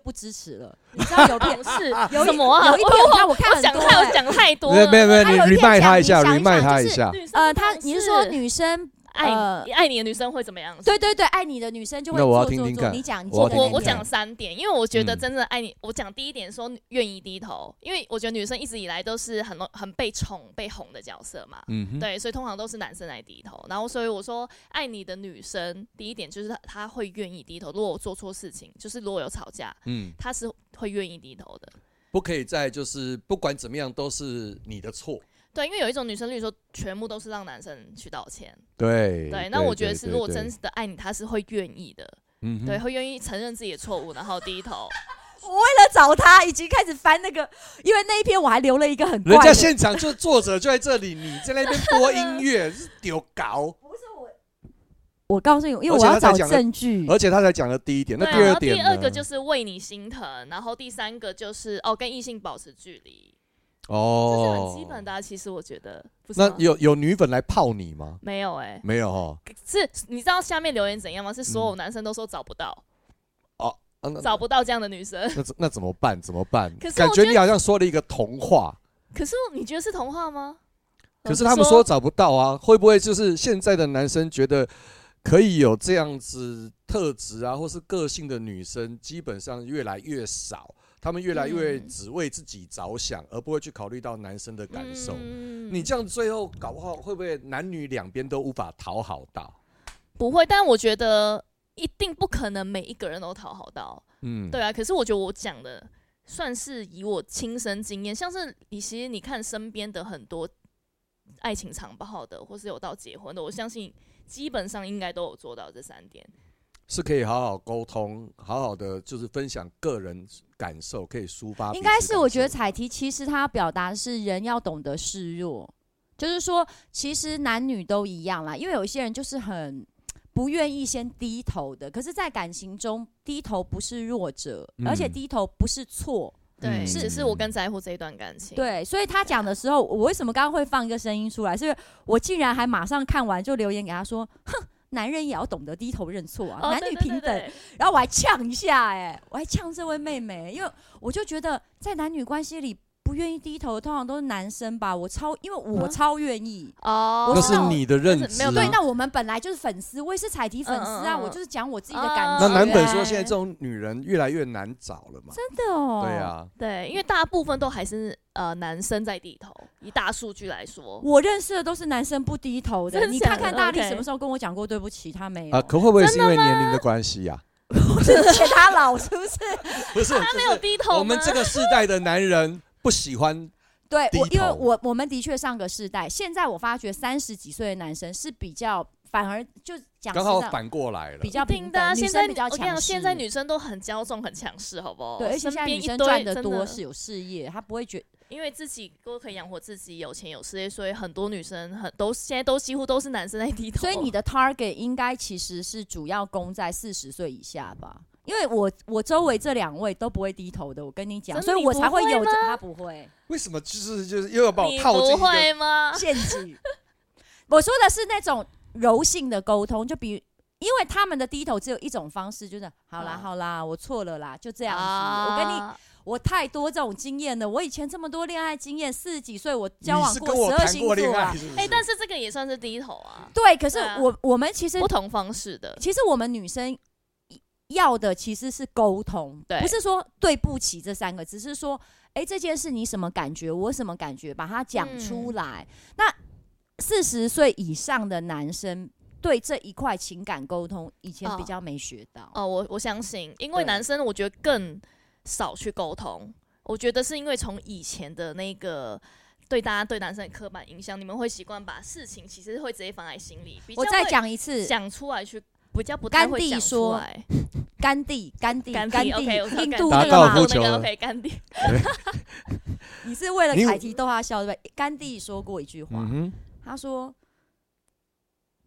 Speaker 3: 不支持了，你知道有片 *laughs*
Speaker 5: 不是
Speaker 3: 有一
Speaker 5: 什么啊？
Speaker 3: 有一篇我哦看我看
Speaker 5: 我
Speaker 3: 很
Speaker 5: 讲
Speaker 3: 多、
Speaker 5: 太
Speaker 3: 哎
Speaker 5: 我讲太多
Speaker 4: 没有
Speaker 5: 了。
Speaker 4: 没有没有，你
Speaker 3: 他有一篇
Speaker 4: remind 他
Speaker 3: 讲
Speaker 4: 一下
Speaker 3: 你想一
Speaker 4: ，remind
Speaker 3: 想就
Speaker 4: 他一
Speaker 3: 是
Speaker 4: 下。
Speaker 5: 女生
Speaker 3: 呃，
Speaker 5: 不
Speaker 3: 他
Speaker 5: 懂
Speaker 3: 你是
Speaker 5: 事
Speaker 3: 说女生
Speaker 5: 爱
Speaker 3: 呃
Speaker 5: 你爱你的女生会怎么样？
Speaker 3: 对对对爱你的女生就会
Speaker 4: 那我要
Speaker 3: 做
Speaker 4: 听
Speaker 3: 做
Speaker 4: 听
Speaker 3: 做，
Speaker 4: 看
Speaker 3: 你讲你
Speaker 4: 我
Speaker 3: 做
Speaker 4: 要
Speaker 3: 的
Speaker 4: 对听对
Speaker 5: 我
Speaker 3: 那
Speaker 5: 我
Speaker 4: 对
Speaker 3: 个
Speaker 5: 讲三点，因为我觉得
Speaker 4: 嗯
Speaker 5: 真正爱你，我讲第一点说愿意低头，因为我觉得女生一直以来都是很很被宠、被哄的角色嘛。
Speaker 4: 嗯哼，
Speaker 5: 对，所以通常都是男生来低头，然后所以我说爱你的女生，第一点就是她她会愿意低头。如果我做错事情，就是如果有吵架，
Speaker 4: 嗯，
Speaker 5: 她是会愿意低头的。
Speaker 4: 不可以再就是不管怎么样都是你的错。
Speaker 5: 对，因为有一种女生，例如说全部都是让男生去道歉。
Speaker 4: 对
Speaker 5: 对，那我觉得是如果真
Speaker 4: 是，
Speaker 5: 的爱你，她是会愿意的，
Speaker 4: 嗯哼
Speaker 5: 对，会愿意承认自己的错误，然后低头。
Speaker 3: 我为了找他已经开始翻那个，因为那一篇我还留了一个很怪
Speaker 4: 人
Speaker 3: 的，
Speaker 4: 家现场就作者就在这里，你在那边播音乐是丢
Speaker 5: *laughs*
Speaker 4: 搞，
Speaker 3: 我告诉你，因为
Speaker 4: 而
Speaker 3: 我
Speaker 4: 且
Speaker 3: 要
Speaker 4: 他才
Speaker 3: 找
Speaker 4: 讲了
Speaker 3: 证据，
Speaker 4: 而且他才讲了第一点，那
Speaker 5: 对，
Speaker 4: 第
Speaker 5: 然
Speaker 4: 二
Speaker 5: 后
Speaker 4: 点
Speaker 5: 第
Speaker 4: 呢，
Speaker 5: 二个就是为你心疼，然后第三个就是哦，跟异性保持距离，这是
Speaker 4: 哦，
Speaker 5: 很基本的、啊。其实我觉得，不是
Speaker 4: 那
Speaker 5: 吗
Speaker 4: 有有女粉来泡你吗？
Speaker 5: 没有哎、
Speaker 4: 没有哦，
Speaker 5: 是你知道下面留言怎样吗？是所
Speaker 4: 嗯
Speaker 5: 有男生都说找不到，
Speaker 4: 啊那
Speaker 5: 找不到这样的女生。 *laughs*
Speaker 4: 那怎那怎么办？怎么办
Speaker 5: 可？是我
Speaker 4: 感觉
Speaker 5: 觉
Speaker 4: 你好像说了一个童话，
Speaker 5: 可是你觉得是童话吗？
Speaker 4: 可是他们说找不到啊，会不会就是现在的男生觉得可以有这样子特质啊，或是个性的女生，基本上越来越少，他们越来越
Speaker 5: 嗯
Speaker 4: 只为自己着想，而不会去考虑到男生的感受。
Speaker 5: 嗯
Speaker 4: 你这样最后搞不好会不会男女两边都无法讨好到？
Speaker 5: 不会，但我觉得一定不可能每一个人都讨好到。
Speaker 4: 嗯，
Speaker 5: 对啊，可是我觉得我讲的算是以我亲身经验，像是你其实你看身边的很多爱情长跑的，或是有到结婚的，我相信基本上应该都有做到这三点。
Speaker 4: 是可以好好沟通，好好的就是分享个人感受，可以抒发彼
Speaker 3: 应
Speaker 4: 此
Speaker 3: 该
Speaker 4: 感受。
Speaker 3: 是我觉得彩题其实他要表达的是人要懂得示弱，就是说其实男女都一样啦，因为有一些人就是很不愿意先低头的，可是，在感情中低头不是弱者，
Speaker 4: 嗯
Speaker 3: 而且低头不是错，
Speaker 5: 对，
Speaker 4: 嗯
Speaker 5: 是只是我更在乎这一段感情。，
Speaker 3: 对，所以他讲的时候，我为什么刚刚会放一个声音出来？是因为我竟然还马上看完就留言给他说，哼。男人也要懂得低头认错啊，
Speaker 5: 哦、
Speaker 3: 男
Speaker 5: 对
Speaker 3: 女
Speaker 5: 对
Speaker 3: 平等。
Speaker 5: 对对
Speaker 3: 然后我还呛一下、哎，我还呛这位妹妹，因为我就觉得在男女关系里不愿意低头的，通常都是男生吧。我超，因为我
Speaker 5: 啊
Speaker 3: 超愿意。
Speaker 5: 哦，
Speaker 4: 那
Speaker 3: 我
Speaker 4: 是
Speaker 3: 知道
Speaker 4: 你的认
Speaker 5: 但
Speaker 4: 知
Speaker 5: 是没有
Speaker 4: 啊
Speaker 3: 对，那我们本来就是粉丝，我也是彩题粉丝啊，
Speaker 5: 嗯嗯嗯
Speaker 3: 我就是讲我自己的感
Speaker 5: 嗯
Speaker 3: 觉、
Speaker 4: 那
Speaker 3: 啊。
Speaker 4: 男粉说
Speaker 5: 哎
Speaker 4: 现在这种女人越来越难找了嘛？
Speaker 3: 真的哦，
Speaker 4: 对。啊，
Speaker 5: 对，因为大部分都还是呃男生在低头，以大数据来说，
Speaker 3: 我认识的都是男生不低头的，
Speaker 5: 真
Speaker 3: 你
Speaker 5: 假
Speaker 3: 看看
Speaker 5: 的
Speaker 3: 大力
Speaker 5: OK
Speaker 3: 什么时候跟我讲过对不起，他没有，
Speaker 4: 啊，可会不会是因为年龄的关系呀？
Speaker 3: 是他老是不是？
Speaker 4: 不是，
Speaker 3: 啊
Speaker 5: 他没有低头吗，
Speaker 4: 我们这个世代的男人不喜欢
Speaker 3: 对
Speaker 4: 低
Speaker 3: 我，因为
Speaker 4: 头
Speaker 3: 我我们的确上个世代，现在我发觉三十几岁的男生是比较反而就讲
Speaker 4: 刚好
Speaker 3: 实在
Speaker 4: 反过来了
Speaker 3: 啊比。较平
Speaker 5: 定的
Speaker 3: 等，
Speaker 5: 啊，
Speaker 3: 女
Speaker 5: 现
Speaker 3: 生
Speaker 5: 在
Speaker 3: 比较
Speaker 5: 我跟你
Speaker 3: 强
Speaker 5: 讲，
Speaker 3: 势。
Speaker 5: 现在女生都很骄纵、很强势，好不好？
Speaker 3: 对，而且现
Speaker 5: 身
Speaker 3: 在
Speaker 5: 边
Speaker 3: 女
Speaker 5: 一
Speaker 3: 生
Speaker 5: 堆
Speaker 3: 赚的
Speaker 5: 真哦
Speaker 3: 多是有事业，她不会觉
Speaker 5: 因为自己都可以养活自己，有钱有事业，所以很多女生很都现在都几乎都是男生在低头。
Speaker 3: 所以你的 target 应该其实是主要攻在四十岁以下吧？因为我我周围这两位都不会低头的，我跟你讲，
Speaker 5: 真的
Speaker 3: 所以我才会
Speaker 5: 你
Speaker 3: 有
Speaker 5: 不会
Speaker 3: 这
Speaker 5: 吗
Speaker 3: 他不会
Speaker 4: 为什么就是就是又要把我
Speaker 5: 你
Speaker 4: 套进
Speaker 5: 不
Speaker 4: 一个
Speaker 5: 会吗？
Speaker 3: 陷阱。啊 *laughs* 我说的是那种柔性的沟通，就比因为他们的低头只有一种方式，就是好啦
Speaker 4: 嗯
Speaker 5: 啊
Speaker 3: 好啦，我错了啦，就这样子。
Speaker 5: 啊
Speaker 3: 我跟你我太多这种经验了，我以前这么多恋爱经验，四十几岁我交
Speaker 4: 你
Speaker 3: 往
Speaker 4: 是跟我
Speaker 3: 十二
Speaker 4: 谈
Speaker 3: 星
Speaker 4: 过恋
Speaker 3: 座
Speaker 4: 爱
Speaker 3: 啊。
Speaker 4: 是不是？
Speaker 5: 哎、但是这个也算是低头啊，
Speaker 3: 对，可是
Speaker 5: 对啊
Speaker 3: 我、我们其实
Speaker 5: 不同方式的。
Speaker 3: 其实我们女生要的其实是沟通，
Speaker 5: 对
Speaker 3: 不是说对不起这三个字，只是说，哎、这件事你什么感觉，我什么感觉，把它讲出来。
Speaker 5: 嗯
Speaker 3: 那四十岁以上的男生对这一块情感沟通，以前
Speaker 5: 哦
Speaker 3: 比较没学到。
Speaker 5: 哦，我我相信，因为
Speaker 3: 对
Speaker 5: 男生我觉得更少去沟通，我觉得是因为从以前的那个。对大家对男生的刻板印象，你们会习惯把事情其实会直接放在心里，比较
Speaker 3: 我再
Speaker 5: 会
Speaker 3: 讲一次，
Speaker 5: 讲出来去，比较不太
Speaker 3: 甘
Speaker 5: 会
Speaker 3: 地
Speaker 5: 讲
Speaker 3: 说
Speaker 5: 出来。
Speaker 3: 甘地，甘地，
Speaker 5: 甘
Speaker 3: 甘
Speaker 5: 地，OK，我知道
Speaker 3: 印
Speaker 5: 甘
Speaker 3: 度
Speaker 5: 地
Speaker 3: 那
Speaker 4: 打高
Speaker 3: 个
Speaker 4: 尔
Speaker 3: 嘛
Speaker 4: 夫
Speaker 5: 那
Speaker 4: 球
Speaker 5: 个 OK，甘地，
Speaker 3: 你是为了
Speaker 4: 你
Speaker 3: 凯提逗他笑对不对？甘地说过一句话，
Speaker 4: 嗯
Speaker 3: 他说：“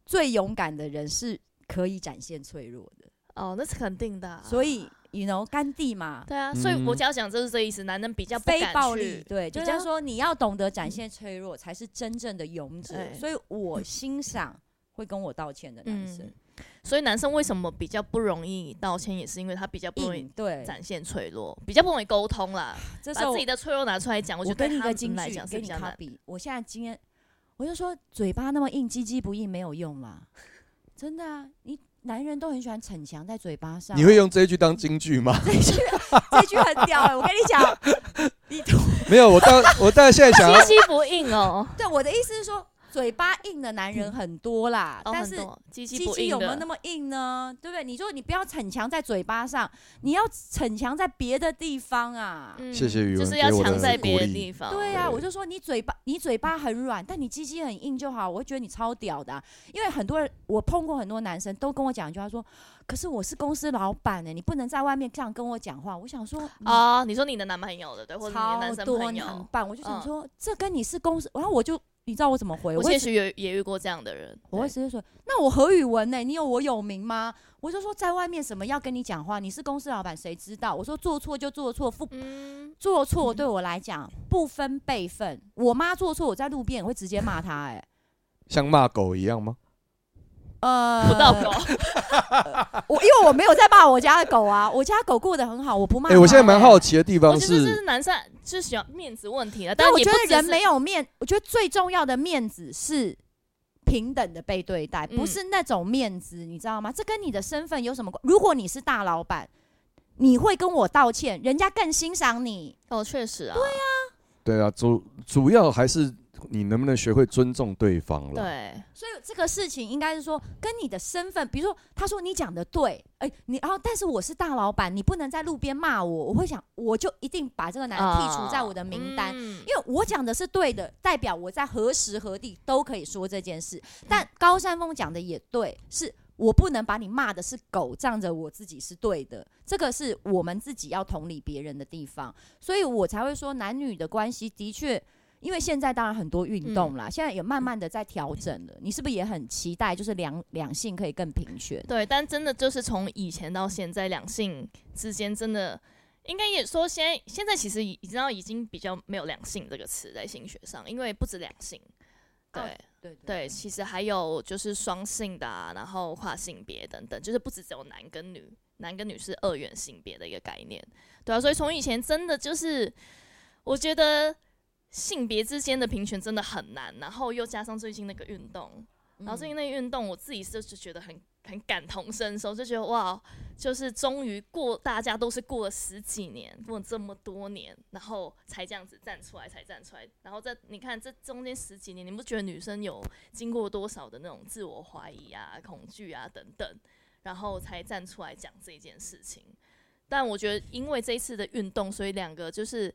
Speaker 3: 最勇敢的人是可以展现脆弱的。”
Speaker 5: 哦，那是肯定的啊、
Speaker 3: 所以，you know，甘地嘛，
Speaker 5: 对啊，所以我
Speaker 4: 嗯
Speaker 5: 只要讲就是这意思，男人比较不
Speaker 3: 非
Speaker 5: 敢
Speaker 3: 暴
Speaker 5: 去
Speaker 3: 力，对，就
Speaker 5: 对啊嗯
Speaker 3: 是说你要懂得展现脆弱，才是真正的勇者。
Speaker 5: 对
Speaker 3: 所以我欣赏会跟我道歉的男生
Speaker 5: 嗯，所以男生为什么比较不容易道歉，嗯也是因为他比较不容
Speaker 3: 硬
Speaker 5: 易
Speaker 3: 对。
Speaker 5: 展现脆弱，比较不容易沟通啦，
Speaker 3: 这时
Speaker 5: 把
Speaker 3: 候
Speaker 5: 自己的脆弱拿出来讲，我觉
Speaker 3: 我
Speaker 5: 得对
Speaker 3: 给你一
Speaker 5: 他
Speaker 3: 个金
Speaker 5: 们来
Speaker 3: 句
Speaker 5: 讲，是
Speaker 3: 给
Speaker 5: 比
Speaker 3: 你
Speaker 5: 较难。
Speaker 3: copy。我现在今天我就说，嘴巴那么硬，鸡鸡不硬没有用啦，真的啊！你男人都很喜欢逞强在嘴巴上。
Speaker 4: 你会用这一句当金句吗？ *laughs*
Speaker 3: 这句这句很屌哎！我跟你讲， *laughs* 你懂
Speaker 4: 没有，我当我当然现在想要
Speaker 3: *laughs*
Speaker 5: 鸡鸡不硬哦，
Speaker 3: 对我的意思是说，嘴巴硬的男人很多啦，
Speaker 5: 嗯哦
Speaker 3: 但
Speaker 5: 很
Speaker 3: 是
Speaker 5: 多鸡
Speaker 3: 鸡
Speaker 5: 不
Speaker 3: 鸡
Speaker 5: 硬
Speaker 3: 有没有那
Speaker 5: 的，
Speaker 3: 么硬呢？对不对？你说你不要逞强在嘴巴上，你要逞强在别的地方啊。
Speaker 5: 嗯
Speaker 4: 谢谢宇
Speaker 5: 就
Speaker 4: 文
Speaker 5: 是
Speaker 4: 给
Speaker 5: 要
Speaker 4: 我
Speaker 5: 强
Speaker 4: 的
Speaker 5: 在别
Speaker 4: 鼓
Speaker 5: 的
Speaker 4: 励
Speaker 5: 地方。
Speaker 3: 对啊，
Speaker 4: 对
Speaker 3: 我就说你嘴巴你嘴巴很软，但你鸡鸡很硬就好，我会觉得你超屌的啊、因为很多人我碰过很多男生都跟我讲一句话说，可是我是公司老板呢、欸你不能在外面这样跟我讲话。我想说啊。
Speaker 5: 啊，你说你的男朋友的对，或者你的男
Speaker 3: 超
Speaker 5: 生
Speaker 3: 多
Speaker 5: 朋
Speaker 3: 男
Speaker 5: 友，
Speaker 3: 伴，我就想
Speaker 5: 嗯
Speaker 3: 说，这跟你是公司，然后我就你知道我怎么回？
Speaker 5: 我
Speaker 3: 会
Speaker 5: 确实也也遇过这样的人。
Speaker 3: 我会
Speaker 5: 对
Speaker 3: 直接说，那我何宇文呢、你有我有名吗？我就说在外面什么要跟你讲话，你是公司老板，谁知道？我说做错就做错，不
Speaker 5: 嗯，
Speaker 3: 做错对我来讲不分辈分。我妈做错，我在路边也会直接骂她、哎，
Speaker 4: 像骂狗一样吗？
Speaker 3: 呃，
Speaker 5: 不到狗，
Speaker 3: 我因为我没有在骂我家的狗啊，我家狗过得很好，我不骂
Speaker 4: 哎、
Speaker 3: 它、
Speaker 4: 我现在蛮好
Speaker 3: 奇，
Speaker 4: 奇的地
Speaker 5: 我
Speaker 4: 方
Speaker 5: 觉得这
Speaker 4: 是，
Speaker 5: 是男生就是喜欢面子问题了，啊
Speaker 3: 但
Speaker 5: 但
Speaker 3: 我
Speaker 5: 也
Speaker 3: 觉
Speaker 5: 不
Speaker 3: 得
Speaker 5: 只
Speaker 3: 人
Speaker 5: 是
Speaker 3: 没有面，我觉得最重要的面子是。平等的被对待，不
Speaker 5: 嗯
Speaker 3: 是那种面子，你知道吗？这跟你的身份有什么关？如果你是大老板，你会跟我道歉，人家更欣赏你。
Speaker 5: 哦，确实啊，对呀、
Speaker 4: 对啊，主主要还是你能不能学会尊重对啊方了。
Speaker 5: 对，
Speaker 3: 所以这个事情应该是说，跟你的身份，比如说，他说你讲的对，哎、你然后、但是我是大老板，你不能在路边骂我，我会想，我就一定把这个男人剔除在我的名单。
Speaker 5: 嗯
Speaker 3: 因为我讲的是对的，代表我在何时何地都可以说这件事。但高山峰讲的也对，是我不能把你骂的是狗，仗着我自己是对的，这个是我们自己要同理别人的地方，所以我才会说男女的关系的确。因为现在当然很多运动啦，现在也慢慢的在调整了。你是不是也很期待，就是两两性可以更平权？
Speaker 5: 对，但真的就是从以前到现在，两性之间真的应该也说现在现在其实已知道已经比较没有“两性”这个词在心学上，因为不止两性，对、
Speaker 3: 哦对
Speaker 5: 对，其实还有就是双性的、啊，然后跨性别等等，就是不只只有男跟女，男跟女是二元性别的一个概念，对啊，所以从以前真的就是我觉得。性别之间的平权真的很难，然后又加上最近那个运动，
Speaker 3: 嗯
Speaker 5: 然后最近那个运动，我自己是就觉得很很感同身受，就觉得哇，就是终于过，大家都是过了十几年，过了这么多年，然后才这样子站出来，才站出来。然后这你看这中间十几年，你不觉得女生有经过多少的那种自我怀疑啊、恐惧啊等等，然后才站出来讲这件事情？但我觉得，因为这一次的运动，所以两个就是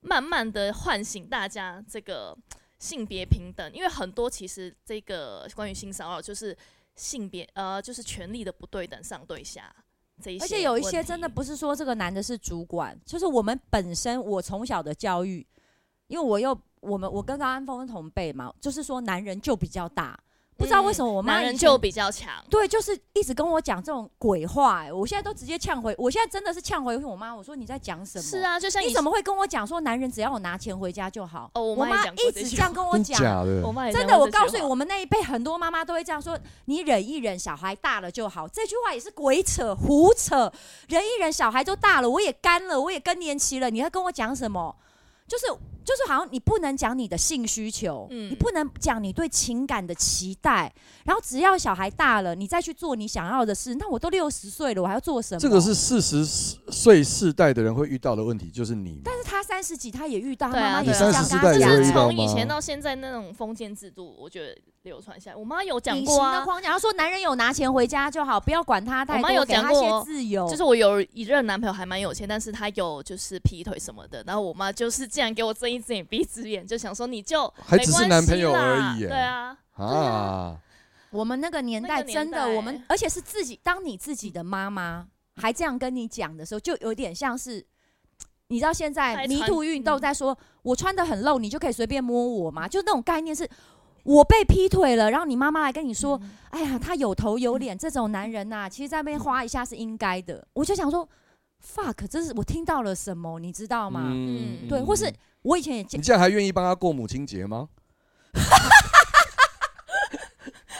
Speaker 5: 慢慢的唤醒大家这个性别呃平等，因为很多其实这个关于性骚扰就是性别呃就是权力的不对等上对下这一些，
Speaker 3: 而且有一些真的。不是说这个男的是主管，就是我们本身我从小的教育，因为我又我们我跟高安峰同辈嘛，就是说男人就比较大，不知道为什么我妈
Speaker 5: 嗯男人
Speaker 3: 以前
Speaker 5: 就比较强，
Speaker 3: 对，就是一直跟我讲这种鬼话、哎我现在都直接呛回，我现在真的是呛回我妈，我说你在讲什么？
Speaker 5: 是，啊，就像
Speaker 3: 你
Speaker 5: 以
Speaker 3: 怎么会跟我讲说男人只要我拿钱回家就好？
Speaker 5: 哦我妈也
Speaker 3: 妈
Speaker 5: 讲过
Speaker 3: 一
Speaker 5: 这
Speaker 3: 直
Speaker 5: 句
Speaker 3: 这样跟我
Speaker 4: 真
Speaker 3: 讲，
Speaker 4: 假的
Speaker 5: 我妈也
Speaker 3: 真
Speaker 5: 讲
Speaker 3: 的，
Speaker 5: 过
Speaker 3: 我
Speaker 5: 这
Speaker 3: 告
Speaker 5: 句
Speaker 3: 诉你，
Speaker 5: 话
Speaker 3: 我们那一辈很多妈妈都会这样说：你忍一忍，小孩大了就好。这句话也是鬼扯、胡扯。忍一忍，小孩都大了，我也干了，我也更年期了，你还跟我讲什么？就是就是，好像你不能讲你的性需求，
Speaker 5: 嗯
Speaker 3: 你不能讲你对情感的期待。然后只要小孩大了，你再去做你想要的事。那我都六十岁了，我还要做什么？
Speaker 4: 这个是四十岁世代的人会遇到的问题，就是你嘛。
Speaker 3: 但是他三十几，他也遇到，他
Speaker 5: 对啊
Speaker 3: 妈妈也
Speaker 5: 对啊
Speaker 3: 是这样跟
Speaker 4: 你30
Speaker 3: 他
Speaker 4: 代也
Speaker 3: 讲
Speaker 4: 会遇
Speaker 3: 啊。
Speaker 4: 到
Speaker 5: 从以
Speaker 4: 吗
Speaker 5: 前到现在那种封建制度，我觉得流传下来，我妈有讲
Speaker 3: 隐
Speaker 5: 过
Speaker 3: 形
Speaker 5: 啊
Speaker 3: 的，框架，然后说男人有拿钱回家就好，不要管他太
Speaker 5: 我
Speaker 3: 多，
Speaker 5: 妈有
Speaker 3: 给他
Speaker 5: 讲过
Speaker 3: 些
Speaker 5: 哦
Speaker 3: 自由。
Speaker 5: 就是我有一任男朋友还蛮有钱，但是他有就是劈腿什么的，然后我妈就是竟然给我睁一只眼闭一只眼，就想说你
Speaker 3: *laughs*
Speaker 5: 就
Speaker 4: 还
Speaker 5: 没
Speaker 4: 只是
Speaker 5: 关
Speaker 4: 男朋
Speaker 5: 系
Speaker 4: 友而
Speaker 5: 啦
Speaker 4: 已耶
Speaker 5: 对啊，
Speaker 4: 啊，
Speaker 3: 我们那个年代
Speaker 5: 那个年
Speaker 3: 真的，
Speaker 5: 代嗯
Speaker 3: 我们而且是自己，当你自己的妈妈还这样跟你讲的时候，就有点像是。你知道现在
Speaker 5: 还
Speaker 3: 迷
Speaker 5: 传
Speaker 3: 途运动
Speaker 5: 嗯
Speaker 3: 在说，我穿的很露，你就可以随便摸我吗？就那种概念是，我被劈腿了，然后你妈妈来跟你说，
Speaker 5: 嗯
Speaker 3: 哎呀，他有头有脸，这种男人呐、其实在那边花一下是应该的。我就想说，fuck，这是我听到了什么，你知道吗？
Speaker 4: 嗯
Speaker 3: 对，或是我以前也见
Speaker 4: 你这样还愿意帮他过母亲节吗？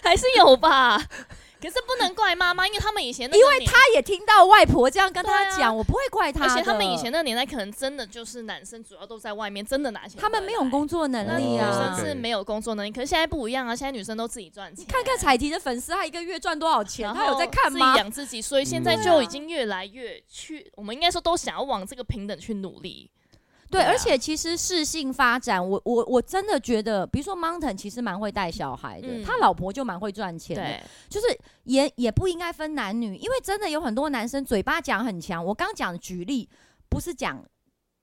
Speaker 5: 还是有吧。可是不能怪妈妈，因为他们以前那
Speaker 3: 因
Speaker 5: 为他，
Speaker 3: 他也听到外婆这样跟他
Speaker 5: 对啊
Speaker 3: 讲，我不会怪他
Speaker 5: 而
Speaker 3: 的。
Speaker 5: 且他们以前那个年代可能真的就是男生主要都在外面，真的拿钱回来，
Speaker 3: 他们没有工作能
Speaker 5: 那
Speaker 3: 力
Speaker 5: 女
Speaker 3: 啊
Speaker 5: 生
Speaker 4: 哦。
Speaker 5: 是没有工作能力，可是现在不一样啊，现在女生都自己赚钱，
Speaker 3: 看看彩提的粉丝，他一个月赚多少钱？
Speaker 5: 然
Speaker 3: 他
Speaker 5: 后
Speaker 3: 有在看
Speaker 5: 自
Speaker 3: 吗啊
Speaker 5: 己？养自己，所以现在
Speaker 4: 嗯
Speaker 5: 就已经越来越去，我们应该说都想要往这个平等去努力。
Speaker 3: 对，
Speaker 5: 对啊
Speaker 3: 而且其实适性发展，我我我真的觉得，比如说 Mountain 其实蛮会带小孩的，
Speaker 5: 嗯
Speaker 3: 他老婆就蛮会赚钱的，
Speaker 5: 对，
Speaker 3: 就是也也不应该分男女，因为真的有很多男生嘴巴讲很强。我刚讲举例，不是讲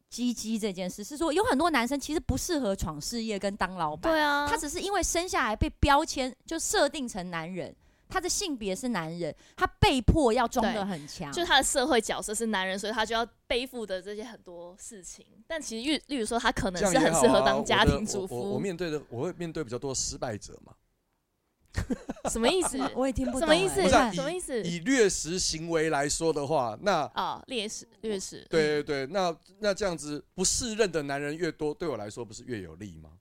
Speaker 3: 鸡鸡这件事，是说有很多男生其实不适合闯事业跟当老板，
Speaker 5: 对啊，
Speaker 3: 他只是因为生下来被标签就设定成男人，他的性别是男人，他被迫要装
Speaker 5: 对
Speaker 3: 得很强，
Speaker 5: 就是他的社会角色是男人，所以他就要背负的这些很多事情。但其实，例例如说，他可能
Speaker 4: 这样
Speaker 5: 是
Speaker 4: 也
Speaker 5: 很
Speaker 4: 好
Speaker 5: 适合
Speaker 4: 啊
Speaker 5: 当家
Speaker 4: 我的
Speaker 5: 庭主
Speaker 4: 我我我
Speaker 5: 妇，
Speaker 4: 面对的我会面对比较多失败者嘛，
Speaker 5: 什么意思？
Speaker 3: *laughs* 我也听不懂
Speaker 5: 什么意
Speaker 3: 哎
Speaker 5: 思？
Speaker 4: 不是啊
Speaker 5: 什么意思？
Speaker 4: 以掠食行为来说的话，那
Speaker 5: 啊，劣势，劣势。嗯
Speaker 4: 对对对，那那这样子不适任的男人越多，对我来说不是越有利吗？